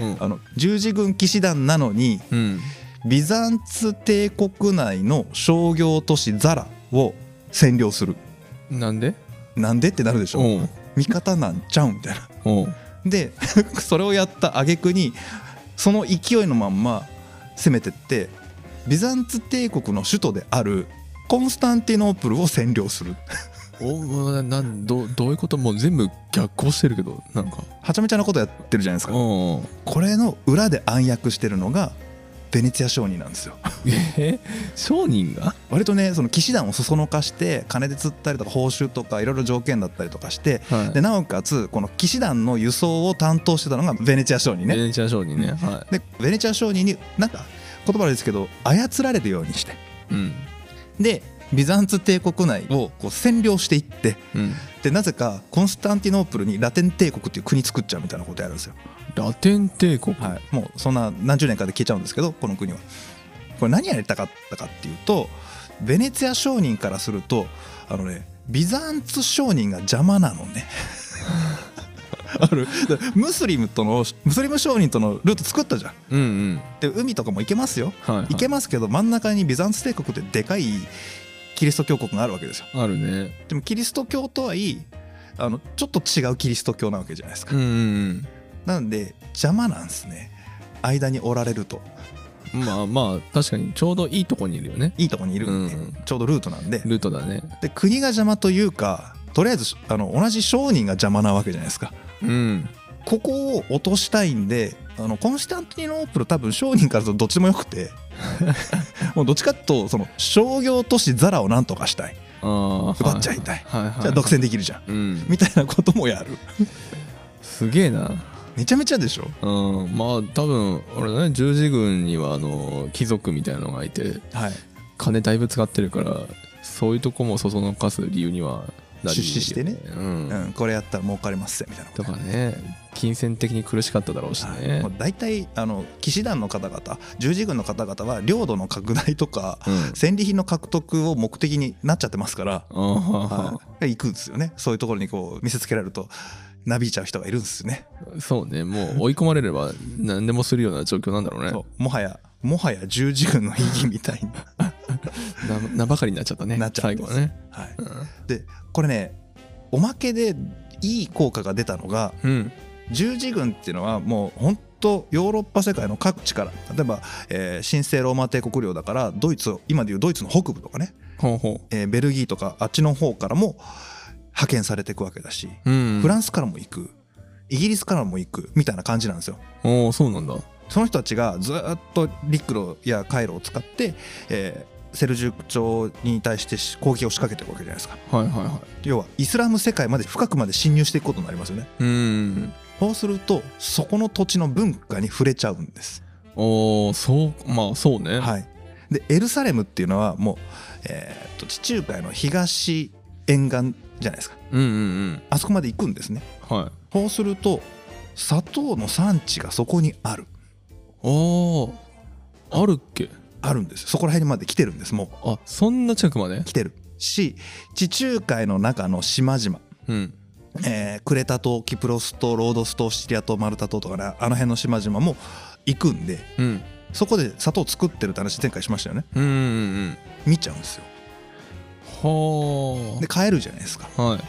A: うん
B: あの十字軍騎士団なのに
A: うん
B: ビザンツ帝国内の商業都市ザラを占領する。
A: なんで
B: なんでってなるでしょ
A: うん
B: 味方なんちゃうんみたいな。
A: うん
B: で (laughs) それをやった挙句にその勢いのまんま攻めてってビザンツ帝国の首都であるコンスタンティノープルを占領する
A: おうわなんどどういうこともう全部逆行してるけどなんか
B: はちゃめちゃなことやってるじゃないです
A: う
B: か
A: んうん
B: これの裏で暗躍してるのがベネツィア商人なんですよ
A: え商人が
B: 割とねその騎士団をそそのかして金で釣ったりとか報酬とかいろいろ条件だったりとかして
A: はい
B: でなおかつこの騎士団の輸送を担当してたのがベネツィア商人
A: ベ
B: ね
A: ネチア商人ねは
B: でベネツィア商人になんか言葉悪いですけど操られるようにして
A: いうん
B: でビザンツ帝国内をこう占領していって
A: うん、
B: でなぜかコンスタンティノープルにラテン帝国っていう国作っちゃうみたいなことやるんですよ、
A: ラテン帝国、
B: はい、もうそんな何十年かで消えちゃうんですけどこの国はこれ何やりたかったかっていうとベネツィア商人からするとあのねビザンツ商人が邪魔なのね (laughs) あるだからムスリムとのムスリム商人とのルート作ったじゃん
A: うんうん
B: で海とかも行けますよ
A: はい、はい、
B: 行けますけど真ん中にビザンツ帝国ってでかいキリスト教国があるわけですよ
A: あるね
B: でもキリスト教とはいいあのちょっと違うキリスト教なわけじゃないですか、
A: うんうん
B: なんで邪魔なんですね間におられると
A: うんまあまあ確かにちょうどいいとこにいるよね
B: いいとこにいるんで、
A: うん
B: ちょうどルートなんで
A: ルートだね
B: で国が邪魔というかとりあえずあの同じ商人が邪魔なわけじゃないですか
A: うん
B: ここを落としたいんであのコンスタンティノープル多分商人からするとどっちでもよくて (laughs) もうどっちかっていうとその商業都市ザラをなんとかしたい
A: ああ
B: 奪っちゃいたい、
A: はいはい
B: じゃあ独占できるじゃん、
A: うん
B: みたいなこともやる
A: すげえな
B: めちゃめちゃでしょ
A: うんまあ多分あれだね十字軍にはあの貴族みたいなのがいて
B: はい
A: 金だいぶ使ってるからそういうとこもそそのかす理由にはなり
B: 出資してね
A: うん、
B: うん、これやったら儲かりますぜみたいなこと
A: かね金銭的に苦しかっただろうし
B: はい
A: ね
B: もう大体あの騎士団の方々十字軍の方々は領土の拡大とか
A: うん
B: 戦利品の獲得を目的になっちゃってますから、
A: あはは
B: はい、行くんですよねそういうところにこう見せつけられるとなびいちゃう人がいるんですよね
A: そうねもう追い込まれれば何でもするような状況なんだろうね
B: そうもはやもはや十字軍の意義みたいに
A: な名ばかりになっちゃったね
B: なっちゃう
A: 最
B: んで
A: 後
B: す
A: はね、
B: はい、でこれねおまけでいい効果が出たのが
A: うん、
B: 十字軍っていうのはもう本当ヨーロッパ世界の各地から例えば、えー神聖ローマ帝国領だからドイツを今でいうドイツの北部とかね、
A: ほうほ
B: えーベルギーとかあっちの方からも派遣されていくわけだし、
A: う、うん、
B: フラ
A: ン
B: ンスからも行くイギリスからも行くみたいな感じなんですよ。
A: おおそうなんだ
B: その人たちがずっと陸路や回路を使って、えーセルジュ朝に対して攻撃を仕掛けていくわけじゃないですか
A: はいはいは
B: 要はイスラム世界まで深くまで侵入していくことになりますよね
A: いうん
B: そうするとそこの土地の文化に触れちゃうんです。
A: おおそうまあそうね、
B: はい、でエルサレムっていうのはもう、えーっと地中海の東沿岸じゃないですか
A: うんうん
B: あそこまで行くんですね。
A: うんはい
B: そうすると砂糖の産地がそこにある
A: おおあるっけ
B: あるんですそこら辺まで来てるんですも
A: あそんな近くまで
B: う来てるし地中海の中の島々
A: うん
B: えークレタ島キプロス島ロードス島シチリア島マルタ島とかねあの辺の島々も行くんで
A: うん
B: そこで砂糖作ってるって話前回しましたよね
A: うんうん
B: 見ちゃうんですよ
A: うんは
B: で買えるじゃないですか
A: あはい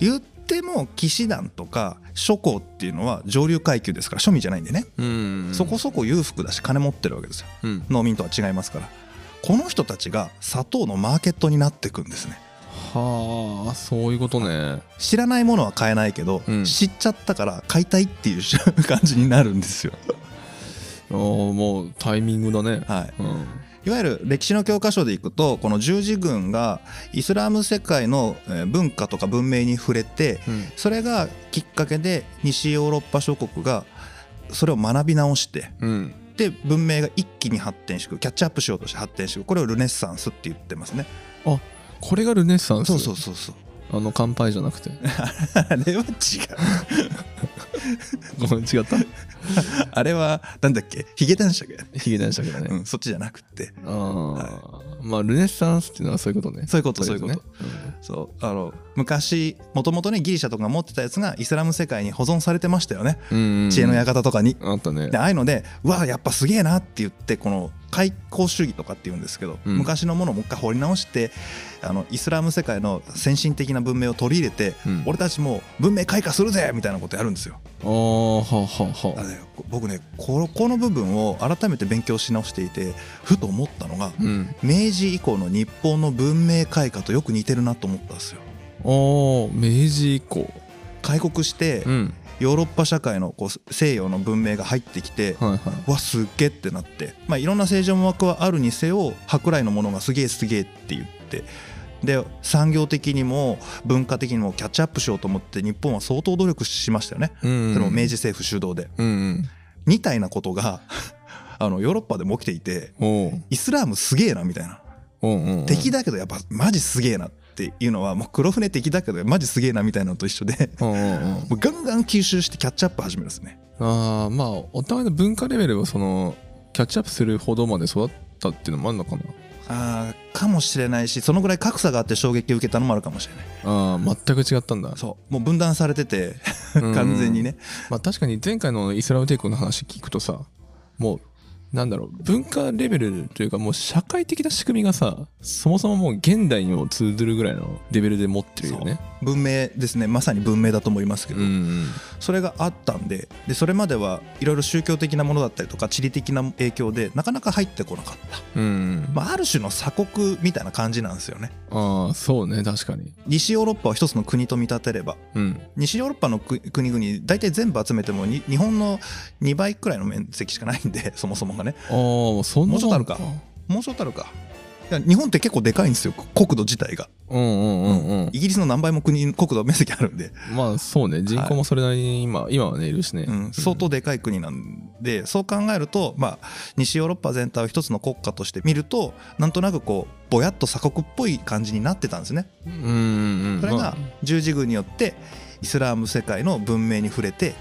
B: 言っても騎士団とか諸侯っていうのは上流階級ですから庶民じゃないんでね、
A: うん
B: そこそこ裕福だし金持ってるわけですよ
A: うん
B: 農民とは違いますからこの人たちが砂糖のマーケットになってくんですね
A: はあそういうことね
B: 知らないものは買えないけど、
A: うん
B: 知っちゃったから買いたいっていう感じになるんです (laughs) よ、
A: あーもうタイミングだね
B: は
A: う
B: い、
A: ん
B: いわゆる歴史の教科書でいくとこの十字軍がイスラム世界のえー文化とか文明に触れて
A: うん
B: それがきっかけで西ヨーロッパ諸国がそれを学び直して
A: うん
B: で文明が一気に発展していくキャッチアップしようとして発展していくこれをルネッサンスって言ってますね
A: これがルネッサンス
B: そうそうそうそう (laughs)
A: あの乾杯じゃなくて
B: あれは違う
A: ごめん
B: (laughs)
A: 違った
B: あれはなんだっけヒゲ男爵やね、
A: ヒゲ男爵だね、
B: うん、そっちじゃなくて
A: あーまあルネッサンスっていうのはそういうことね
B: そういうこと
A: と
B: そう
A: り
B: いう
A: あ
B: こ
A: えず
B: と
A: ね
B: そうあの昔もともとねギリシャとかが持ってたやつがイスラム世界に保存されてましたよね
A: うんうんうん
B: 知恵の館とかに。
A: あったね
B: でああいうのでうわやっぱすげえなって言ってこの開港主義とかって言うんですけど、
A: うん
B: 昔のものをもう一回掘り直してあのイスラム世界の先進的な文明を取り入れて、
A: うん
B: 俺たちも文明開化するぜみたいなことやるんですよ。
A: あーはあはあは
B: あ
A: あ
B: のねこ僕ねここの部分を改めて勉強し直していてふと思ったのが
A: うん
B: 明治以降の日本の文明開化とよく似てるなと思ったんですよ。
A: あー明治以降
B: 開国して
A: うん
B: ヨーロッパ社会のこう西洋の文明が入ってきて、
A: はいはい
B: わすっげえってなって、まあ、いろんな政治の枠はあるにせよ舶来のものがすげえすげえって言ってで産業的にも文化的にもキャッチアップしようと思って日本は相当努力しましたよね、
A: うんうん
B: その明治政府主導で。
A: うん
B: み (laughs) たいなことがあのヨーロッパでも起きていて
A: うんおう
B: イスラームすげえなみたいな
A: うんうんうん
B: 敵だけどやっぱマジすげえなっていうのはもう黒船敵だけどマジすげえなみたいなのと一緒で
A: うんうんうん
B: もうガンガン吸収してキャッチアップ始めるんですね
A: ああまあお互いの文化レベルをそのキャッチアップするほどまで育ったっていうのもあるのかな
B: あーかもしれないしそのぐらい格差があって衝撃を受けたのもあるかもしれない
A: ああ全く違ったんだ
B: そうもう分断されてて
A: うん
B: 完全にね
A: まあ確かに前回のイスラム帝国の話聞くとさもうなんだろう文化レベルというかもう社会的な仕組みがさそもそももう現代にも通ずるぐらいのレベルで持ってるよね
B: 文明ですねまさに文明だと思いますけど、
A: ん
B: それがあったんででそれまではいろいろ宗教的なものだったりとか地理的な影響でなかなか入ってこなかった、
A: うん、うん
B: まあ、ある種の鎖国みたいな感じなんですよね
A: ああそうね確かに
B: 西ヨーロッパを一つの国と見立てれば
A: うん
B: 西ヨーロッパの国国々大体全部集めてもに日本の2倍くらいの面積しかないんでそもそもがね
A: ああそんな
B: もうちょっとあるかもうちょっとあるかいや日本って結構でかいんですよ国土自体が
A: うんうんうんうん
B: イギリスの何倍も国国土面積あるんで、
A: まあそうね人口もそれなりに今,、今はねいるしね、
B: うん、相当でかい国なんでそう考えると、まあ、西ヨーロッパ全体を一つの国家として見るとなんとなくこうぼやっと鎖国っぽい感じになってたんですね。
A: うんうんうん
B: それが十字軍によってイスラーム世界の文明に触れて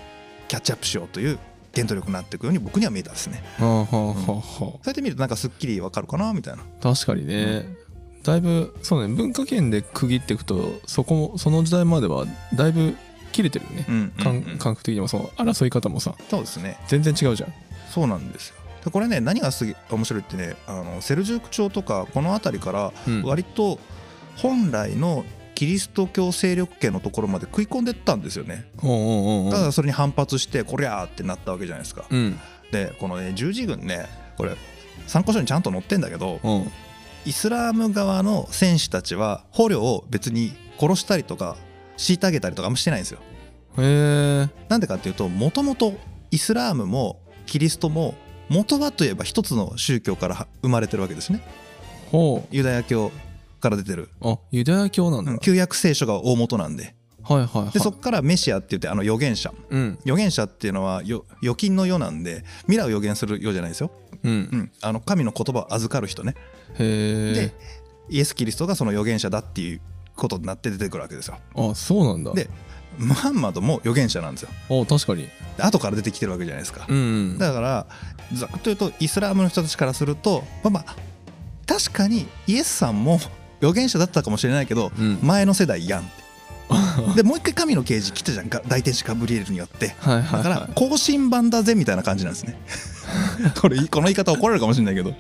B: キャッチアップしようという原動力になっていくように僕には見えたんですね。
A: ああはあはあは
B: そうやって見るとなんかすっきりわかるかなみたいな。
A: あ確かにね、だいぶそうね文化圏で区切っていくとそこもその時代まではだいぶ切れてるよね、
B: うんうん
A: 感感覚的にもその争い方もさ
B: そうですね。
A: 全然違うじゃん
B: そうなんですよ。でこれね何がすげ面白いってねあのセルジューク朝とかこの辺りから
A: うん
B: 割と本来のキリスト教勢力圏のところまで食い込んでったんですよね。
A: うんうんうんうん
B: ただそれに反発してこりゃーってなったわけじゃないですか。
A: うん
B: でこのね十字軍ねこれ参考書にちゃんと載ってんだけど
A: うん
B: イスラーム側の戦士たちは捕虜を別に殺したりとか虐げたりとかあんましてないんですよ。
A: へえ
B: なんでかっていうともともとイスラームもキリストも元はといえば一つの宗教から生まれてるわけですね
A: ほう
B: ユダヤ教から出てる、
A: あユダヤ教なんだ、
B: うん旧約聖書が大元なんで
A: はいはいはい
B: でそこからメシアって言ってあの預言者
A: うん
B: 預言者っていうのはよ預金の世なんで未来を預言する世じゃないですよ、
A: うん、
B: うん、あの神の言葉を預かる人ね
A: へ
B: で
A: え
B: イエス・キリストがその預言者だっていうことになって出てくるわけですよ
A: あそうなんだ
B: でムハンマドも預言者なんですよ
A: お確かに
B: で後から出てきてるわけじゃないですか
A: うんうん
B: だからざっと言うとイスラームの人たちからするとまあまあ確かにイエスさんも預言者だったかもしれないけど、
A: うん
B: 前の世代やんって
A: (laughs)
B: でもう一回神の啓示来たじゃんか大天使カブリエルによって
A: はいはい
B: だ
A: はい
B: から更新版だぜみたいな感じなんです
A: (laughs)
B: ねこれこの言い方怒られるかもしれないけど、
A: ま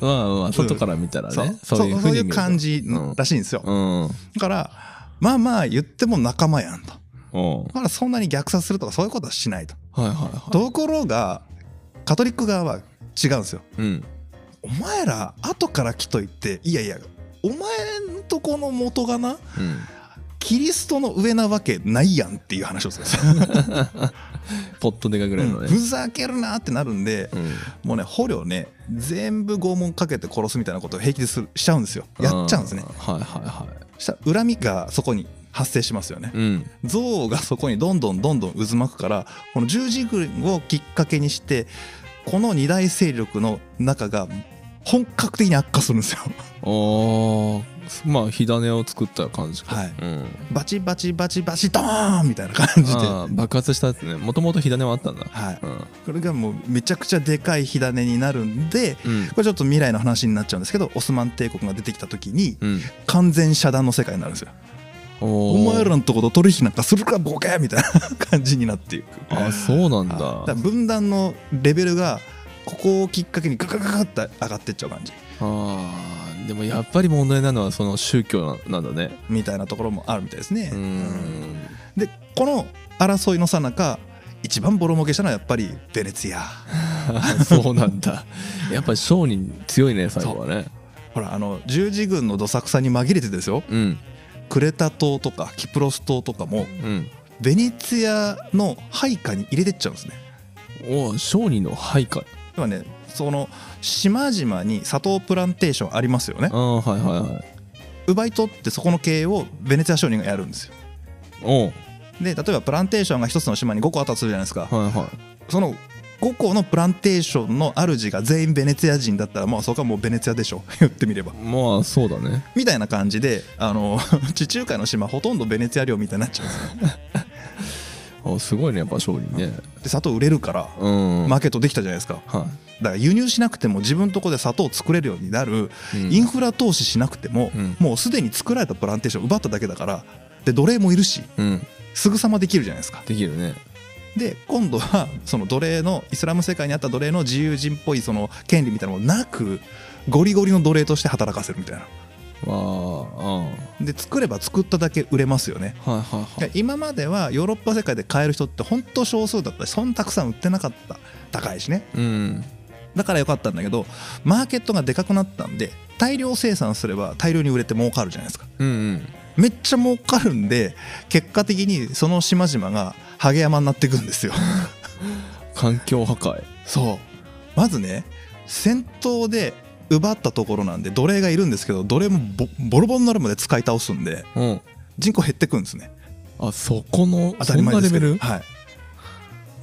A: あまあ外から見たらね、
B: そうそうそう
A: 風
B: い
A: に
B: う
A: 見ると
B: 感じらしいんですよ、
A: うん、うん
B: だからまあまあ言っても仲間やんと
A: おう
B: だからそんなに虐殺するとかそういうことはしないと、
A: はいはいは
B: ところがカトリック側は違うんですよ
A: いうん
B: お前ら後から来といていやいやお前んとこの元が
A: う
B: な
A: ん
B: キリストの上なわけないやんっていう話をするんですよ
A: ポットでかぐらいの
B: うん
A: ね
B: ふざけるなってなるんで
A: うん
B: もうね捕虜ね全部拷問かけて殺すみたいなことを平気でするしちゃうんですよやっちゃうんですね
A: あーはいはいは
B: したら恨みがそこに発生しますよね
A: いうん
B: 憎悪がそこにどんどんどんどん渦巻くからこの十字軍をきっかけにしてこの二大勢力の中が本格的に悪化するんですよ (laughs)
A: おーまあ火種を作った感じか
B: はい
A: うん
B: バチバチバチバチドーンみたいな感じで、は
A: あー爆発したやつねもともと火種はあったんだ
B: い、
A: うん
B: これがもうめちゃくちゃでかい火種になるんで
A: うん
B: これちょっと未来の話になっちゃうんですけどオスマン帝国が出てきた時に
A: うん
B: 完全遮断の世界になるんですよ
A: お
B: お
A: ー
B: 前らのとこと取引なんかするかボケみたいな感じになっていく
A: あそうなん
B: は
A: だ
B: いだから分断のレベルがここをきっかけにガガガガって上がってっちゃう感じ
A: あーでもやっぱり問題なのはその宗教ななんだね
B: みたいなところもあるみたいですね
A: うーん
B: でこの争いの最中一番ボロ儲けしたのはやっぱりベネツィア
A: あ (laughs) そうなんだやっぱり商人強いね最後はね
B: ほらあの十字軍のどさくさに紛れてですよ
A: うん
B: クレタ島とかキプロス島とかも
A: うん
B: ベネツィアの配下に入れてっちゃうんですね
A: おう商人の配下
B: ではねその島々に砂糖プランテーションありますよね
A: ああはいはいはい
B: 奪い取ってそこの経営をベネツィア商人がやるんですよ
A: おう
B: で例えばプランテーションが一つの島に5個あったとするじゃないですか
A: はいは
B: その5個のプランテーションの主が全員ベネツィア人だったらまあそこはもうベ (laughs) ネツィアでしょ言ってみれば
A: まあそうだね
B: みたいな感じであの (laughs) 地中海の島ほとんどベネツィア領みたいになっちゃうんですよ
A: あすごいねやっぱ勝利ね
B: で砂糖売れるから
A: うん
B: マーケットできたじゃないですかだ
A: は
B: から輸入しなくても自分のとこで砂糖を作れるようになる
A: い、うん
B: インフラ投資しなくても
A: うん
B: もうすでに作られたプランテーションを奪っただけだからで奴隷もいるし
A: うん
B: すぐさまできるじゃないですか
A: できるね
B: で今度はその奴隷のイスラム世界にあった奴隷の自由人っぽいその権利みたいなのもなくゴリゴリの奴隷として働かせるみたいな
A: わあうん
B: で作れば作っただけ売れますよね
A: はいはいはい
B: で今まではヨーロッパ世界で買える人って本当少数だったしそんなたくさん売ってなかった高いしね
A: うん
B: だから良かったんだけどマーケットがでかくなったんで大量生産すれば大量に売れて儲かるじゃないですか
A: うんうん
B: めっちゃ儲かるんで結果的にその島々がハゲ山になっていくんですよ
A: 環境破壊
B: そうまずね戦闘で奪ったところなんで奴隷がいるんですけど奴隷もボボロボロになるまで使い倒すんで
A: うん
B: 人口減ってくんですね
A: あそこの
B: 当た
A: そ
B: り
A: んな
B: 前で
A: レ
B: す
A: ベ
B: けど
A: ル
B: はい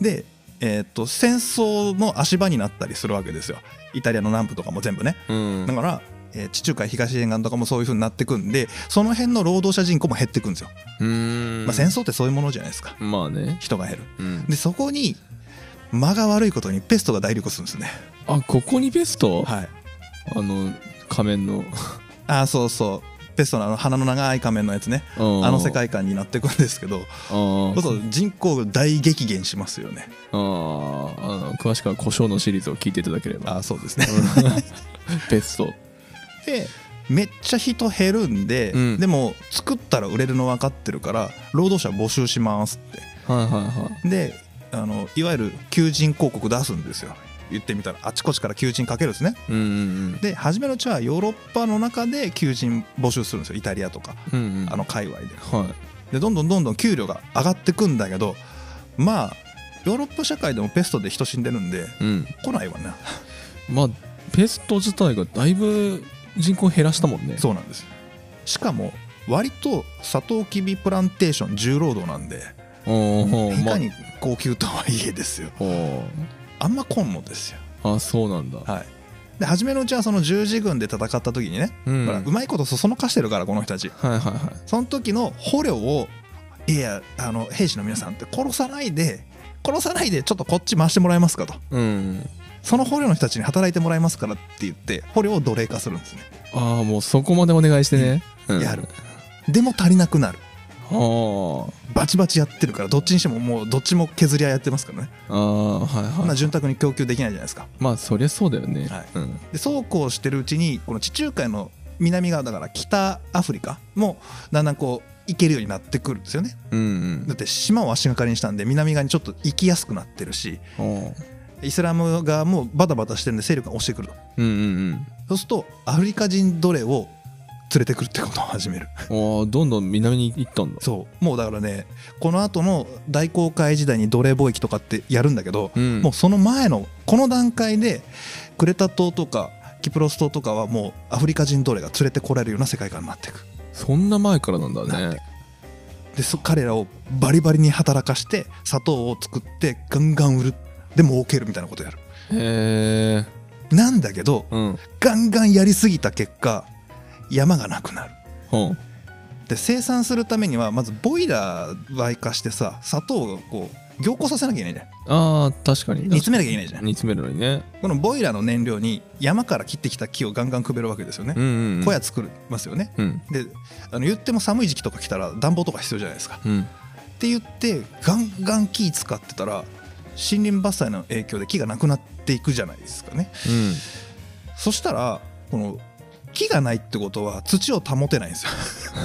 B: でえーっと戦争の足場になったりするわけですよイタリアの南部とかも全部ね
A: うん
B: だから、えー地中海東沿岸とかもそういう風になってくんでその辺の労働者人口も減ってくんですよ、
A: うん
B: まあ、戦争ってそういうものじゃないですか
A: まあね
B: 人が減る
A: うん
B: でそこに間が悪いことにペストが大流行するんですね
A: あここにベスト、
B: はい
A: あの仮面の (laughs)
B: あーそうそうペストのあの鼻の長い仮面のやつね
A: あー
B: あの世界観になってくんですけど
A: あー
B: そうそう人口が大激減しますよね
A: あーあの詳しくは「胡椒のシリーズを聞いていただければ
B: あーそうですね
A: (laughs) ベスト
B: でめっちゃ人減るんで、
A: うん
B: でも作ったら売れるの分かってるから労働者募集しますって
A: はいはいはい
B: であのいわゆる求人広告出すんですよ言ってみたらあちこちから求人かけるんですね
A: うんうん
B: で初めのうちはヨーロッパの中で求人募集するんですよイタリアとか
A: うんうんうん
B: あの界隈で
A: はい
B: でどんどんどんどん給料が上がってくんだけどまあヨーロッパ社会でもペストで人死んでるんで
A: うん
B: 来ないわね
A: (laughs) まあペスト自体がだいぶ人口減らしたもんね
B: そうなんですよしかも割とサトウキビプランテーション重労働なんで
A: うお
B: い
A: ま
B: かに高級とはいえですよ
A: あお
B: あんま来んのですよ
A: あそうなんだ
B: はいで初めのうちはその十字軍で戦った時にね
A: うん
B: ほらうまいことそそのかしてるからこの人たち
A: はいはいは
B: その時の捕虜をいやあの兵士の皆さんって殺さないで殺さないでちょっとこっち回してもらえますかと
A: いうん
B: その捕虜の人たちに働いてもらえますからって言って捕虜を奴隷化するんですね
A: ああもうそこまでお願いしてね、うん
B: やるでも足りなくなる
A: は
B: バチバチやってるからどっちにしてももうどっちも削り合いやってますからね
A: あああはい
B: こん
A: は
B: ない潤沢に供給できないじゃないですか
A: まあそりゃそうだよね、
B: はい
A: うん、
B: でそうこうしてるうちにこの地中海の南側だから北アフリカもだんだんこう行けるようになってくるんですよね
A: うん
B: だって島を足がかりにしたんで南側にちょっと行きやすくなってるし
A: うんおー
B: イスラム側もバタバタしてるんで勢力が押してくると
A: うんうん
B: そうするとアフリカ人奴隷を連れてくるってことを始める
A: うんおーどんどん南に行ったんだ
B: そうもうだからねこの後の大航海時代に奴隷貿易とかってやるんだけど、
A: うん
B: もうその前のこの段階でクレタ島とかキプロス島とかはもうアフリカ人奴隷が連れてこられるような世界観になっていく
A: そんな前からなんだね
B: でそ彼らをバリバリに働かして砂糖を作ってガンガン売るで儲けるみたいなことやる
A: へえ
B: なんだけど
A: うん
B: ガンガンやりすぎた結果山がなくなる
A: ほう
B: で生産するためにはまずボイラー沸化してさ砂糖をこう凝固させなきゃいけないじゃ
A: あ
B: ん
A: あ確かに
B: 煮詰めなきゃいけないじゃん
A: 煮詰めるのにね
B: このボイラーの燃料に山から切ってきた木をガンガンくべるわけですよね
A: うんうんうん
B: 小屋作りますよね
A: うん
B: であの言っても寒い時期とか来たら暖房とか必要じゃないですか
A: うん
B: って言ってガンガン木使ってたら森林伐採の影響で木がなくなっていくじゃないですかね
A: うん
B: そしたらこの木がないってことは土を保てないんですよ (laughs)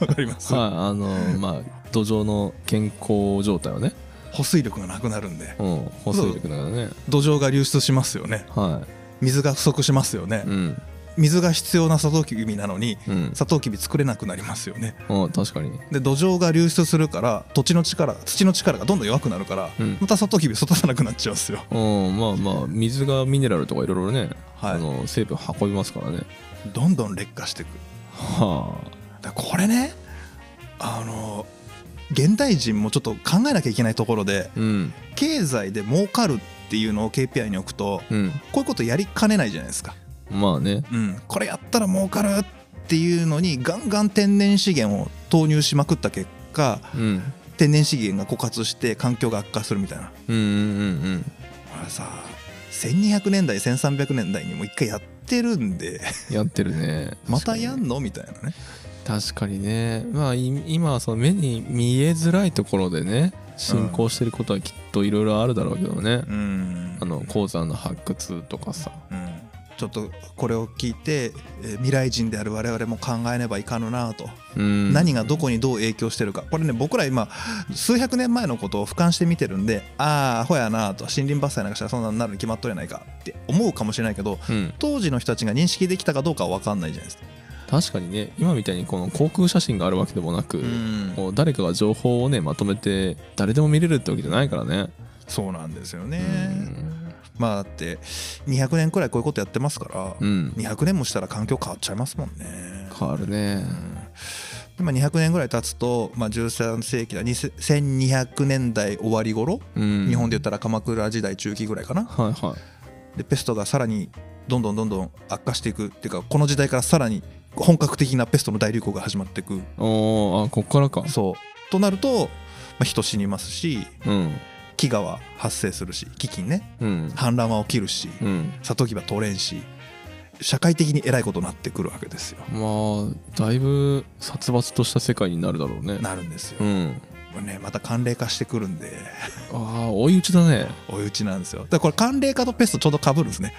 B: わかります、
A: はいあのーまあ土壌の健康状態をね
B: 保水力がなくなるんで
A: うん補水力だからね
B: 土壌が流出しますよね
A: は
B: 水が不足しますよね
A: いうん
B: 水が必要なサトウキビなのに
A: うん
B: サトウキビ作れなくなりますよね
A: うん確かに
B: で土壌が流出するから土地の力土の力がどんどん弱くなるから、
A: うん
B: またサトウキビ育たなくなっちゃうんですよ
A: うんまあまあ水がミネラルとかいろいろね
B: はい
A: あの成分運びますからね
B: どんどん劣化してくる
A: は
B: だからこれねあの現代人もちょっと考えなきゃいけないところで
A: あうん
B: 経済で儲かるっっていうのを KPI に置くと
A: うん
B: こういうことやりかねないじゃないですか、
A: まあね
B: うん、これやったら儲かるっていうのにガンガン天然資源を投入しまくった結果
A: うん
B: 天然資源が枯渇して環境が悪化するみたいな
A: うんうんうん
B: これさ1200年代1300年代にも一回やってるん
A: (laughs)
B: で
A: うんやってるね
B: またやんのみたいなね
A: 確かにねまあい今はその目に見えづらいところでね進行してることはきっといろいろあるだろうけどね、
B: うん
A: あの鉱山の発掘とかさ
B: うんちょっとこれを聞いて、えー未来人である我々も考えねばいかぬなと、
A: うん
B: 何がどこにどう影響してるかこれね僕ら今数百年前のことを俯瞰して見てるんでああアホやなと森林伐採なんかしたらそんなんなるに決まっとるやないかって思うかもしれないけど
A: うん
B: 当時の人たちが認識できたかどうかは分かんないじゃないですか。
A: 確かにね今みたいにこの航空写真があるわけでもなく、
B: うん
A: もう誰かが情報をねまとめて誰でも見れるってわけじゃないからね、
B: そうなんですよ
A: う
B: ね、
A: ん
B: まあだって200年くらいこういうことやってますから、
A: うん
B: 200年もしたら環境変わっちゃいますもんね。
A: 変わるね
B: 今200年ぐらい経つと、まあ、13世紀だ2000 1200年代終わり頃、
A: うん
B: 日本で言ったら鎌倉時代中期ぐらいかな
A: はいはい
B: でペストがさらにどんどんどんどん悪化していくっていうかこの時代からさらに本格的なペストの大流行が始まっていく
A: おーあこっからか
B: そうとなると、まあ、人死にますし
A: うん
B: 飢餓は発生するし飢饉ね
A: うん
B: 氾濫は起きるし
A: うん
B: 里牙取れんし社会的にえらいことになってくるわけですよ
A: まあだいぶ殺伐とした世界になるだろうね
B: なるんですよ
A: う、ん
B: これねまた寒冷化してくるんで
A: ああ追い打ちだね
B: 追い打ちなんですよだからこれ寒冷化とペストちょうど被るんですね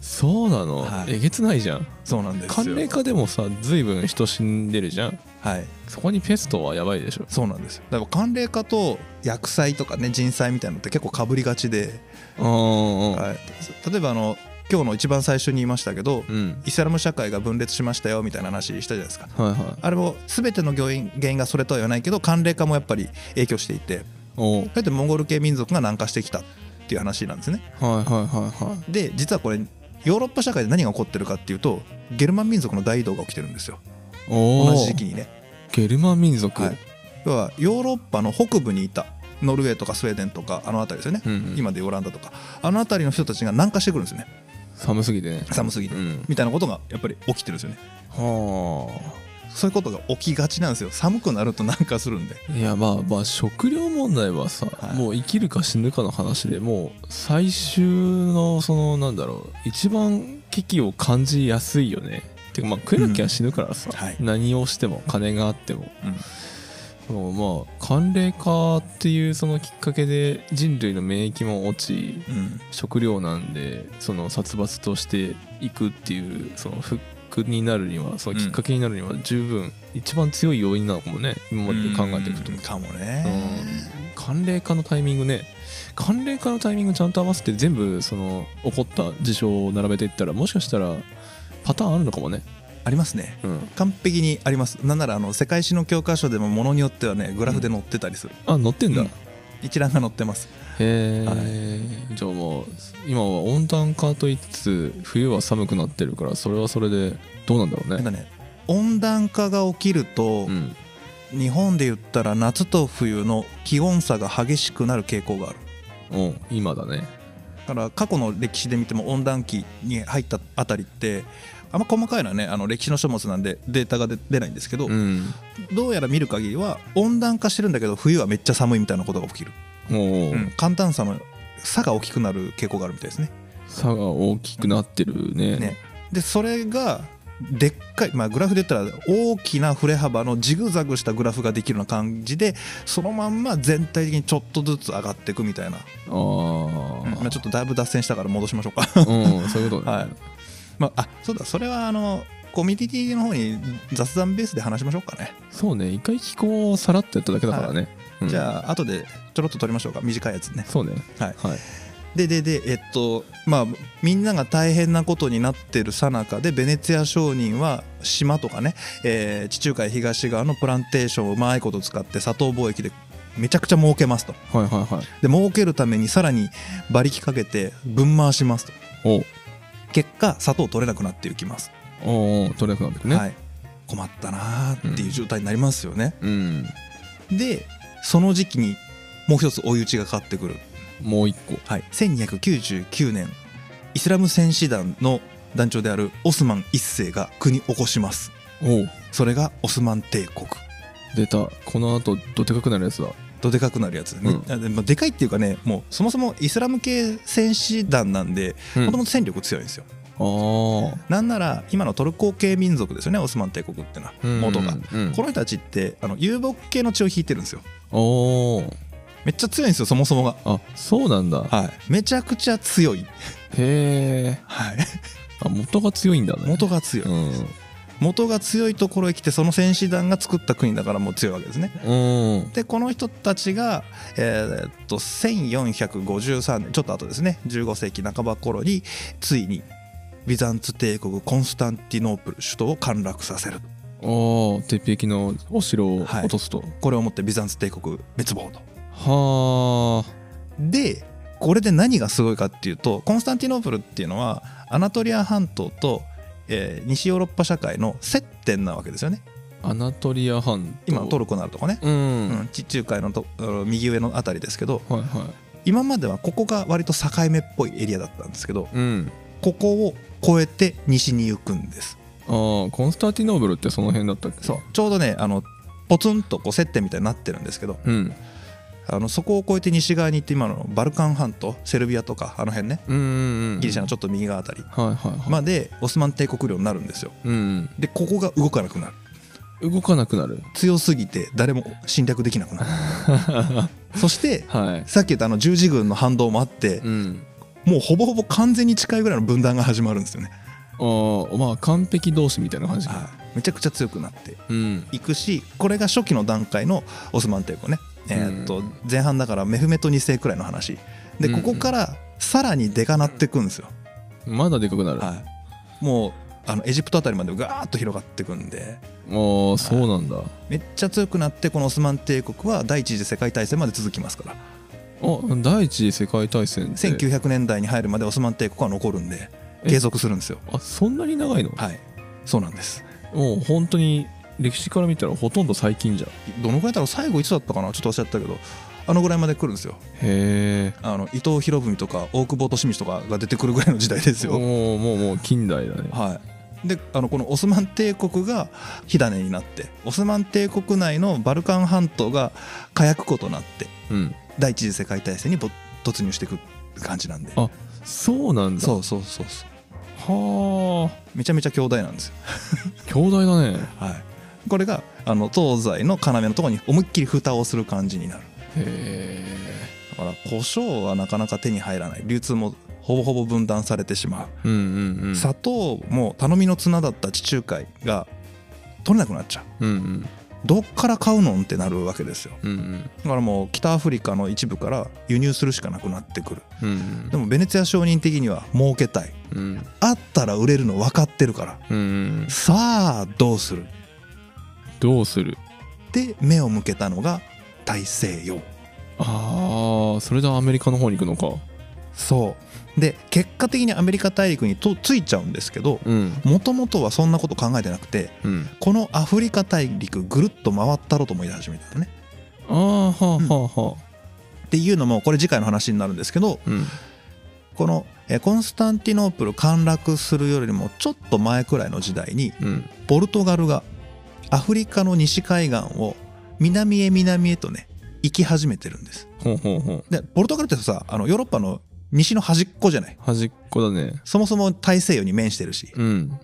A: そうなの、
B: はい
A: えげつないじゃん
B: そうなんですよ
A: 寒冷化でもさ随分人死んでるじゃん
B: はい
A: そこにペストはやばいでしょ
B: そうなんですよだから寒冷化と薬剤とかね人災みたいなのって結構被りがちで、
A: うんうん
B: はい、例えばあの今日の一番最初に言いましたけど
A: うん
B: イスラム社会が分裂しましたよみたいな話したじゃないですか
A: はいはい
B: あれも全ての原因原因がそれとは言わないけど寒冷化もやっぱり影響していて
A: おはい
B: だってモンゴル系民族が南下してきたっていう話なんですね
A: はいはいはい
B: で実はこれヨーロッパ社会で何が起こってるかっていうとゲルマン民族の大移動が起きてるんですよ
A: おー
B: 同じ時期にね
A: ゲルマン民族、
B: はい要はヨーロッパの北部にいたノルウェーとかスウェーデンとかあの辺りですよね、
A: うんうん
B: 今でオランダとかあの辺りの人たちが南下してくるんですね
A: 寒すぎてね
B: 寒すぎて、
A: うん
B: みたいなことがやっぱり起きてるんですよね
A: は
B: そういうことが起きがちなんですよ寒くなると南下するんで
A: あいやまあまあ食料問題はさ、
B: はい
A: もう生きるか死ぬかの話でもう最終のそのなんだろう一番危機を感じやすいよねてかまあ食えなきゃ死ぬからさ、
B: うんはい
A: 何をしても金があっても
B: うん
A: もうまあ寒冷化っていうそのきっかけで人類の免疫も落ち
B: うん
A: 食料なんでその殺伐としていくっていうそのフックになるにはそのきっかけになるには十分一番強い要因なのかもね今まで考えていくと
B: うんかも
A: うん
B: ね
A: 寒冷化のタイミングね寒冷化のタイミングちゃんと合わせて全部その起こった事象を並べていったらもしかしたらパターンあるのかもね
B: ありますね
A: うん
B: 完璧にありますなんならあの世界史の教科書でもものによってはねグラフで載ってたりする、
A: あ乗ってんだ、
B: うん一覧が載ってます
A: へえ、じゃあもう今は温暖化と言いつつ冬は寒くなってるからそれはそれでどうなんだろう
B: なん
A: ね
B: かね温暖化が起きると、
A: うん
B: 日本で言ったら夏と冬の気温差が激しくなる傾向がある
A: うん今だね
B: だから過去の歴史で見ても温暖期に入ったあたりってあんま細かいのはねあの歴史の書物なんでデータが出出ないんですけど、
A: うん
B: どうやら見る限りは温暖化してるんだけど冬はめっちゃ寒いみたいなことが起きる、
A: もう
B: うん寒暖差の差が大きくなる傾向があるみたいですね
A: 差が大きくなってるね
B: ねでそれがでっかい、まあ、グラフで言ったら大きな振れ幅のジグザグしたグラフができるような感じでそのまんま全体的にちょっとずつ上がっていくみたいな、
A: ああ、
B: まあ、ちょっとだいぶ脱線したから戻しましょ
A: (laughs)
B: うか
A: うんそういうことね、
B: はいまあ、あそうだそれはあのコミュニティの方に雑談ベースで話しましょうかね、
A: そうね一回気候をさらっとやっただけだからね、うん
B: じゃあ後でちょろっと撮りましょうか短いやつね
A: そうね
B: はい
A: はい
B: でででえっとまあみんなが大変なことになってるさなかでベネツィア商人は島とかね、えー地中海東側のプランテーションをうまいこと使って砂糖貿易でめちゃくちゃ儲けますと
A: はいはいはい
B: で儲けるためにさらに馬力かけて分回しますと
A: おう
B: 結果砂糖取れなくなっていきます、
A: おうおう取れなくなってくね、
B: はい、困ったなーっていう状態になりますよね、
A: うん
B: でその時期にもう一つ追い打ちがかかってくる
A: もう一個
B: はい、1299年イスラム戦士団の団長であるオスマン一世が国を起こします
A: おう
B: それがオスマン帝国
A: 出たこのあとどでかくなるやつだ
B: どでかくなるやつ、
A: うん
B: あでまあでかいっていうかねもうそもそもイスラム系戦士団なんで
A: うん
B: もともと戦力強いんですよ、
A: あ
B: なんなら今のトルコ系民族ですよねオスマン帝国ってのは
A: あ
B: 元が、
A: うん
B: この人たちってあの遊牧系の血を引いてるんですよ
A: おー
B: めっちゃ強いんですよそもそもが
A: あそうなんだ
B: はいめちゃくちゃ強い
A: へえ (laughs)
B: はい
A: 元が強いんだね
B: 元が強い、
A: うん
B: 元が強いところへ来てその戦士団が作った国だからもう強いわけですね
A: うん
B: でこの人たちが、えーっと1453年ちょっと後ですね15世紀半ば頃についにビザンツ帝国コンスタンティノープル首都を陥落させる
A: おお鉄壁のお城を
B: はい
A: 落とすと
B: これをもってビザンツ帝国滅亡と
A: は
B: でこれで何がすごいかっていうとコンスタンティノープルっていうのはアナトリア半島と、えー西ヨーロッパ社会の接点なわけですよね
A: あアナトリア半島
B: 今のトルコのあるとこね、
A: うん、
B: うん、地中海のとあの右上のあたりですけど
A: はいは
B: 今まではここが割と境目っぽいエリアだったんですけど
A: いうん
B: ここを越えて西に行くんです
A: ああコンスタンティノーブルってその辺だったっけ
B: そうちょうどねあのポツンとこう接点みたいになってるんですけど
A: うん
B: あのそこを越えて西側に行って今のバルカン半島セルビアとかあの辺ね
A: うんうんうん
B: ギリシャのちょっと右側あたり
A: はいはいはい、
B: までオスマン帝国領になるんですよ
A: うん
B: でここが動かなくなる
A: 動かなくなる
B: 強すぎて誰も侵略できなくなる
A: は (laughs)
B: そして
A: い
B: さっき言ったあの十字軍の反動もあって
A: うん
B: もうほぼほぼ完全に近いぐらいの分断が始まるんですよね、
A: ああまあ完璧同士みたいな感じ
B: はいめちゃくちゃ強くなって
A: うん
B: いくしこれが初期の段階のオスマン帝国ね、えーっ
A: う
B: と
A: ん
B: 前半だからメフメト2世くらいの話で
A: うん
B: ここからさらにでかなっていくんですよ、
A: まだでかくなるあ
B: はい、もうあのエジプトあたりまでガーッと広がっていくんで
A: あそうなんだあ
B: めっちゃ強くなってこのオスマン帝国は第一次世界大戦まで続きますから
A: 第一次世界大戦って
B: 1900年代に入るまでオスマン帝国は残るんで
A: え
B: 継続するんですよ
A: あそんなに長いの
B: はいそうなんです
A: もう本当に歴史から見たらほとんど最近じゃん
B: どのぐらいだろう最後いつだったかなちょっと忘れちゃったけどあのぐらいまで来るんですよ
A: へえ
B: あの伊藤博文とか大久保利通とかが出てくるぐらいの時代ですよ。
A: もうもうもう近代だね
B: はい、であのこのオスマン帝国が火種になってオスマン帝国内のバルカン半島が火薬庫となって
A: うん
B: 第一次世界大戦にぼ突入していく感じなんで
A: あそうなんだ
B: そうそうそうそう
A: はあ
B: めちゃめちゃ強大なんですよ。
A: 兄弟だね
B: はい、これがあの東西の要のところに思いっきり蓋をする感じになる
A: へ
B: だから胡椒はなかなか手に入らない流通もほぼほぼ分断されてしまう。
A: えうんうんうん
B: 砂糖も頼みの綱だった地中海が取れなくなっちゃう
A: うんうん
B: どっから買うのんってなるわけですよ
A: うんうん
B: だからもう北アフリカの一部から輸入するしかなくなってくる
A: うん
B: でもベネツィア商人的には儲けたい
A: うん
B: あったら売れるの分かってるから
A: うんうん
B: さあどうする
A: どうする
B: で目を向けたのが大西洋
A: ああそれでアメリカの方に行くのか
B: そうで結果的にアメリカ大陸にとついちゃうんですけど
A: うん
B: もともとはそんなこと考えてなくて
A: うん
B: このアフリカ大陸ぐるっと回ったろうと思い始めたのね
A: ああはあはあはあ
B: っていうのもこれ次回の話になるんですけど
A: うん
B: このえーコンスタンティノープル陥落するよりもちょっと前くらいの時代に
A: うん
B: ポルトガルがアフリカの西海岸を南へ南へとね行き始めてるんです
A: ほうほうほう
B: でポルトガルってさあのヨーロッパの西の端っこじゃない
A: 端っこだね
B: そもそも大西洋に面してるし
A: うん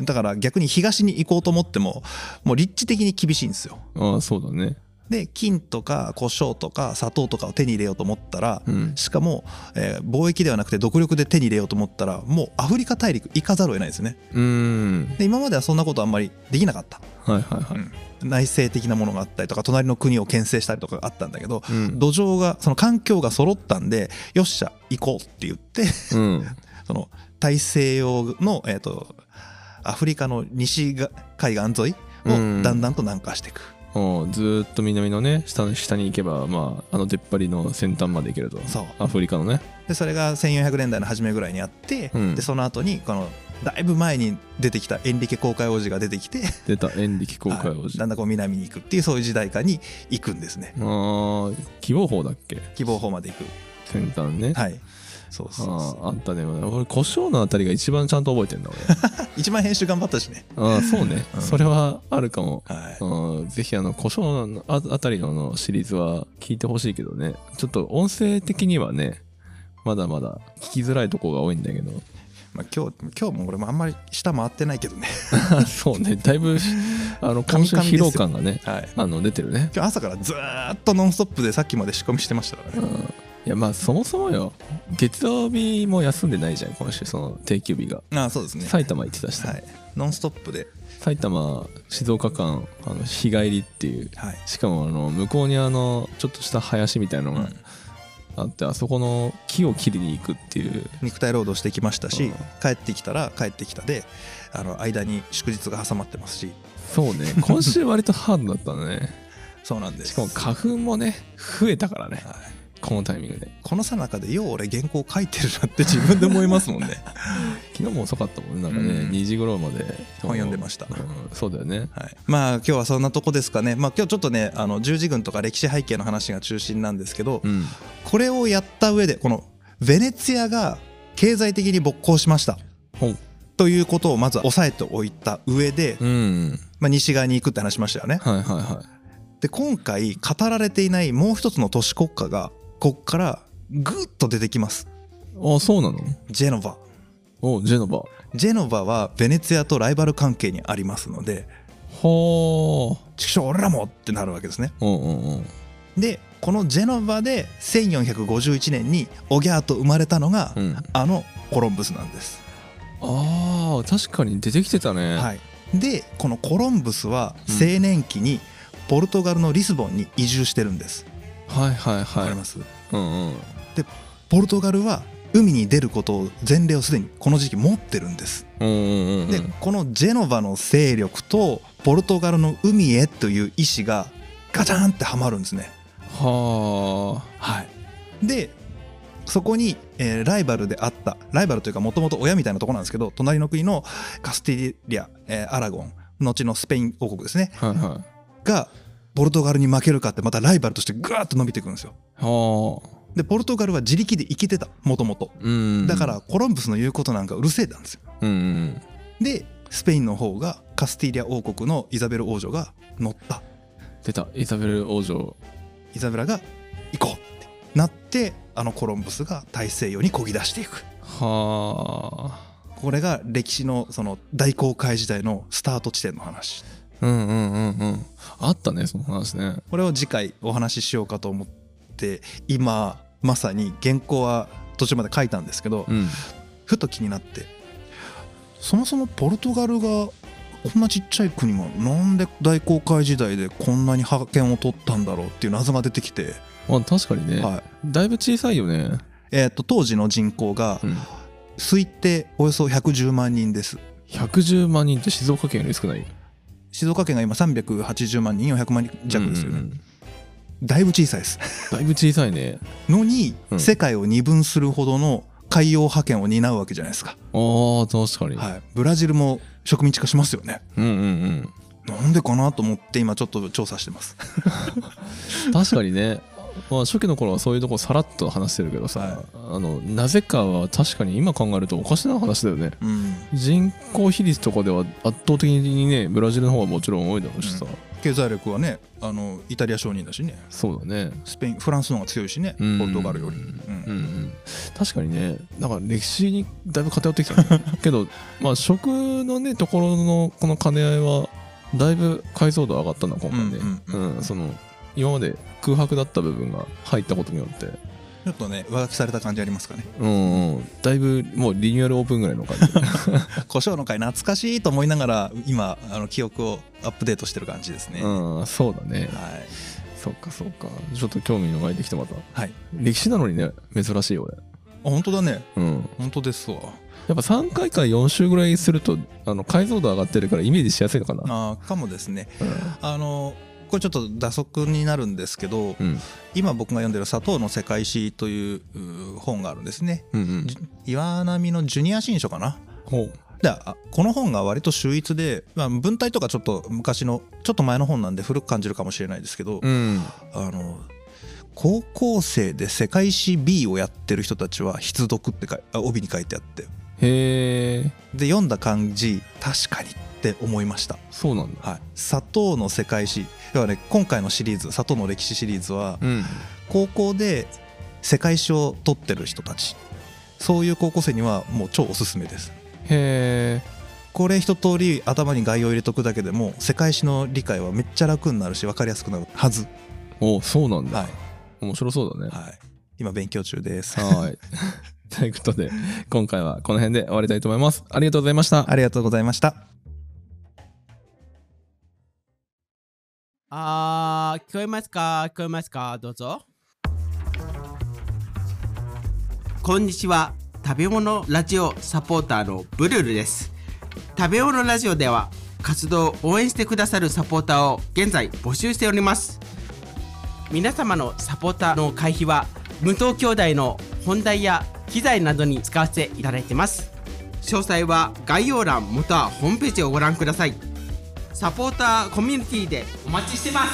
B: だから逆に東に行こうと思ってももう立地的に厳しいんですよ
A: ああそうだね
B: で金とか胡椒とか砂糖とかを手に入れようと思ったら、
A: うん
B: しかも、えー貿易ではなくて独力で手に入れようと思ったらもうアフリカ大陸行かざるを得ないですよね
A: うーん
B: で今まではそんなことあんまりできなかった
A: はいはいはい
B: 内政的なものがあったりとか隣の国を牽制したりとかがあったんだけど、
A: うん
B: 土壌がその環境が揃ったんでよっしゃ行こうって言って (laughs)
A: うん
B: その大西洋の、えー、とアフリカの西が海岸沿い
A: うん
B: をだんだんと南下していく、
A: おうずーっと南のね下の下に行けばまああの出っ張りの先端まで行けると
B: そう
A: アフリカのね
B: でそれが1400年代の初めぐらいにあって、
A: うん
B: でその後にこのだいぶ前に出てきたエンリケ公開王子が出てきて
A: 出たエンリキ公開王
B: はい
A: 子
B: だんだんこう南に行くっていうそういう時代下に行くんですね
A: あー希望法だっけ
B: 希望法まで行く
A: 先端ね、
B: はいそうそう
A: あ
B: そ
A: ああったね俺胡椒のあたりが一番ちゃんと覚えてんだ
B: う一番編集頑張ったしね
A: 俺ああそうね、
B: うん
A: それはあるかも
B: はい
A: うんぜひあの胡椒のああたりののシリーズは聞いてほしいけどねちょっと音声的にはねまだまだ聞きづらいとこが多いんだけど (laughs)
B: まあ、今日今日も俺もあんまり下回ってない
A: (laughs)
B: けどね
A: そうねだいぶあの
B: カミ
A: 今週
B: カミです
A: 疲
B: よ
A: 労感がね
B: はい
A: あの出てるね
B: (laughs) 今日朝からずーっとノンストップでさっきまで仕込みしてましたからね、
A: いやまあそもそもよ月曜日も休んでないじゃん今週その定休日が
B: ああそうですね
A: 埼玉行ってたしさ、
B: はいノンストップで
A: 埼玉静岡間あの日帰りっていう
B: はい
A: しかもあの向こうにあのちょっとした林みたいなのがあって、あそこの木を切りに行くっていう
B: 肉体労働してきました
A: う
B: し
A: ん
B: 帰ってきたら帰ってきたであの間に祝日が挟まってますし
A: そうね (laughs) 今週割とハードだったね
B: そうなんです
A: しかも花粉もね増えたからね
B: はい
A: このタイミングで
B: このさなかでよう俺原稿書いてるなって自分で思いますもん (laughs) ね
A: 昨日も遅かったもんねなんかね、
B: うん
A: 2時頃まで
B: 本読んでました
A: うんそうだよね
B: はい、まあ今日はそんなとこですかねまあ今日ちょっとねあの十字軍とか歴史背景の話が中心なんですけど、
A: うん
B: これをやった上でこのベネツィアが経済的に勃興しました
A: ほん
B: ということをまず押さえておいた上で、
A: うん
B: まあ、西側に行くって話しましたよね。
A: はいはいはい
B: で今回語られていないもう一つの都市国家がこっからぐっと出てきます
A: あそうなの
B: ジェノバ
A: おジェノバ
B: ジェノバはベネツィアとライバル関係にありますので
A: はあ
B: ちくしょう俺らもってなるわけですね
A: うんうんうん
B: でこのジェノバで1451年にオギャーと生まれたのが、
A: うん
B: あのコロンブスなんです、
A: あー確かに出てきてたね、
B: はい、でこのコロンブスは青年期にポルトガルのリスボンに移住してるんです、
A: はいはい
B: わ
A: はい
B: かります
A: うんうん
B: ポルトガルは海に出ることを前例をすでにこの時期持ってるんです
A: うんうんうんうん
B: でこのジェノバの勢力とポルトガルの海へという意志がガチャンってはまるんですね
A: はあ
B: はいでそこに、えーライバルであったライバルというかもともと親みたいなところなんですけど隣の国のカスティリア、えーアラゴン後のスペイン王国ですね
A: はいはい
B: がポルトガルに負けるかってまたライバルとしてぐわーっと伸びていくんですよ
A: はあ
B: でポルトガルは自力で生きてたもともと
A: うん
B: だからコロンブスの言うことなんかうるせえなんですよ
A: うんうん
B: でスペインの方がカスティリア王国のイザベル王女が乗った
A: 出たイザベル王女
B: イザベラが行こうってなってあのコロンブスが大西洋に漕ぎ出していく
A: はあ
B: これが歴史のその大航海時代のスタート地点の話
A: うんうんうんうんあったねその話ね
B: これを次回お話ししようかと思って今まさに原稿は途中まで書いたんですけど、
A: うん
B: ふと気になってそもそもポルトガルがこんなちっちゃい国がなんで大航海時代でこんなに覇権を取ったんだろうっていう謎が出てきて、
A: あ確かにね、
B: はい
A: だいぶ小さいよね
B: えー、と当時の人口が
A: うん
B: 推定およそ110万人です
A: 110万人って静岡県より少ない
B: 静岡県が今380万人400万人弱ですよね、
A: うんうんうん
B: だいぶ小さいです
A: だいぶ小さいね
B: のに、
A: うん
B: 世界を二分するほどの海洋覇権を担うわけじゃないですか、
A: ああ確かに、
B: はい、ブラジルも植民地化しますよね
A: うんうん
B: なんでかなと思って今ちょっと調査して
A: (laughs)
B: ます (laughs)
A: うん確かにねまあ初期の頃はそういうとこさらっと話してるけどさ、
B: はい
A: あのなぜかは確かに今考えるとおかしな話だよね
B: うん
A: 人口比率とかでは圧倒的にねブラジルの方がもちろん多いだろうしさ、
B: 経済力はねあのイタリア商人だしね
A: そうだね
B: スペインフランスの方が強いしね
A: うん
B: ポルトガルより、う
A: うんんうん、確かにねだから歴史にだいぶ偏ってきた
B: (laughs)
A: ねけどまあ食のねところのこの兼ね合いはだいぶ解像度上がったな今回ね
B: うんうんうん
A: うんその今まで空白だった部分が入ったことによって
B: ちょっとね上書きされた感じありますかね (laughs)
A: うん、うん、だいぶもうリニューアルオープンぐらいの感じ
B: 胡椒の会懐かしいと思いながら今あの記憶をアップデートしてる感じですね、はい
A: (laughs) うんそうだねそっかそっかちょっと興味の湧いてきてまた
B: はいあ
A: 歴史なのにね珍しい俺
B: 本当だね
A: うん
B: 本当ですわ
A: やっぱ3回から4週ぐらいするとあの解像度上がってるからイメージしやすいのかな
B: あーかもですね
A: うん
B: あのこれちょっと打足になるんですけど
A: うん
B: 今僕が読んでる「砂糖の世界史」といううー本があるんですね
A: うんうん
B: じ岩波のジュニア新書かな
A: ほう
B: であこの本が割と秀逸で、まあ、文体とかちょっと昔のちょっと前の本なんで古く感じるかもしれないですけど、
A: うん
B: あの高校生で世界史 B をやってる人たちは必読って書いあ帯に書いてあって
A: へえ
B: で読んだ漢字確かにって思いました
A: そうなんだ
B: はい砂糖の世界史要はね今回のシリーズ砂糖の歴史シリーズは
A: うん
B: 高校で世界史を取ってる人たちそういう高校生にはもう超おすすめです
A: へえ
B: これ一通り頭に概要を入れとくだけでも世界史の理解はめっちゃ楽になるし分かりやすくなるはず
A: おそうなんだ、
B: はい、
A: 面白そうだね
B: はい、今勉強中です
A: はい (laughs) ということで今回はこの辺で終わりたいと思いますありがとうございました
B: (laughs) ありがとうございました
C: あー、聞こえますか聞こえますかどうぞ。こんにちは。食べ物ラジオサポーターのブルルです。食べ物ラジオでは活動を応援してくださるサポーターを現在募集しております。皆様のサポーターの会費は無糖兄弟の本題や機材などに使わせていただいてます。詳細は概要欄またはホームページをご覧ください。サポーターコミュニティでお待ちしてます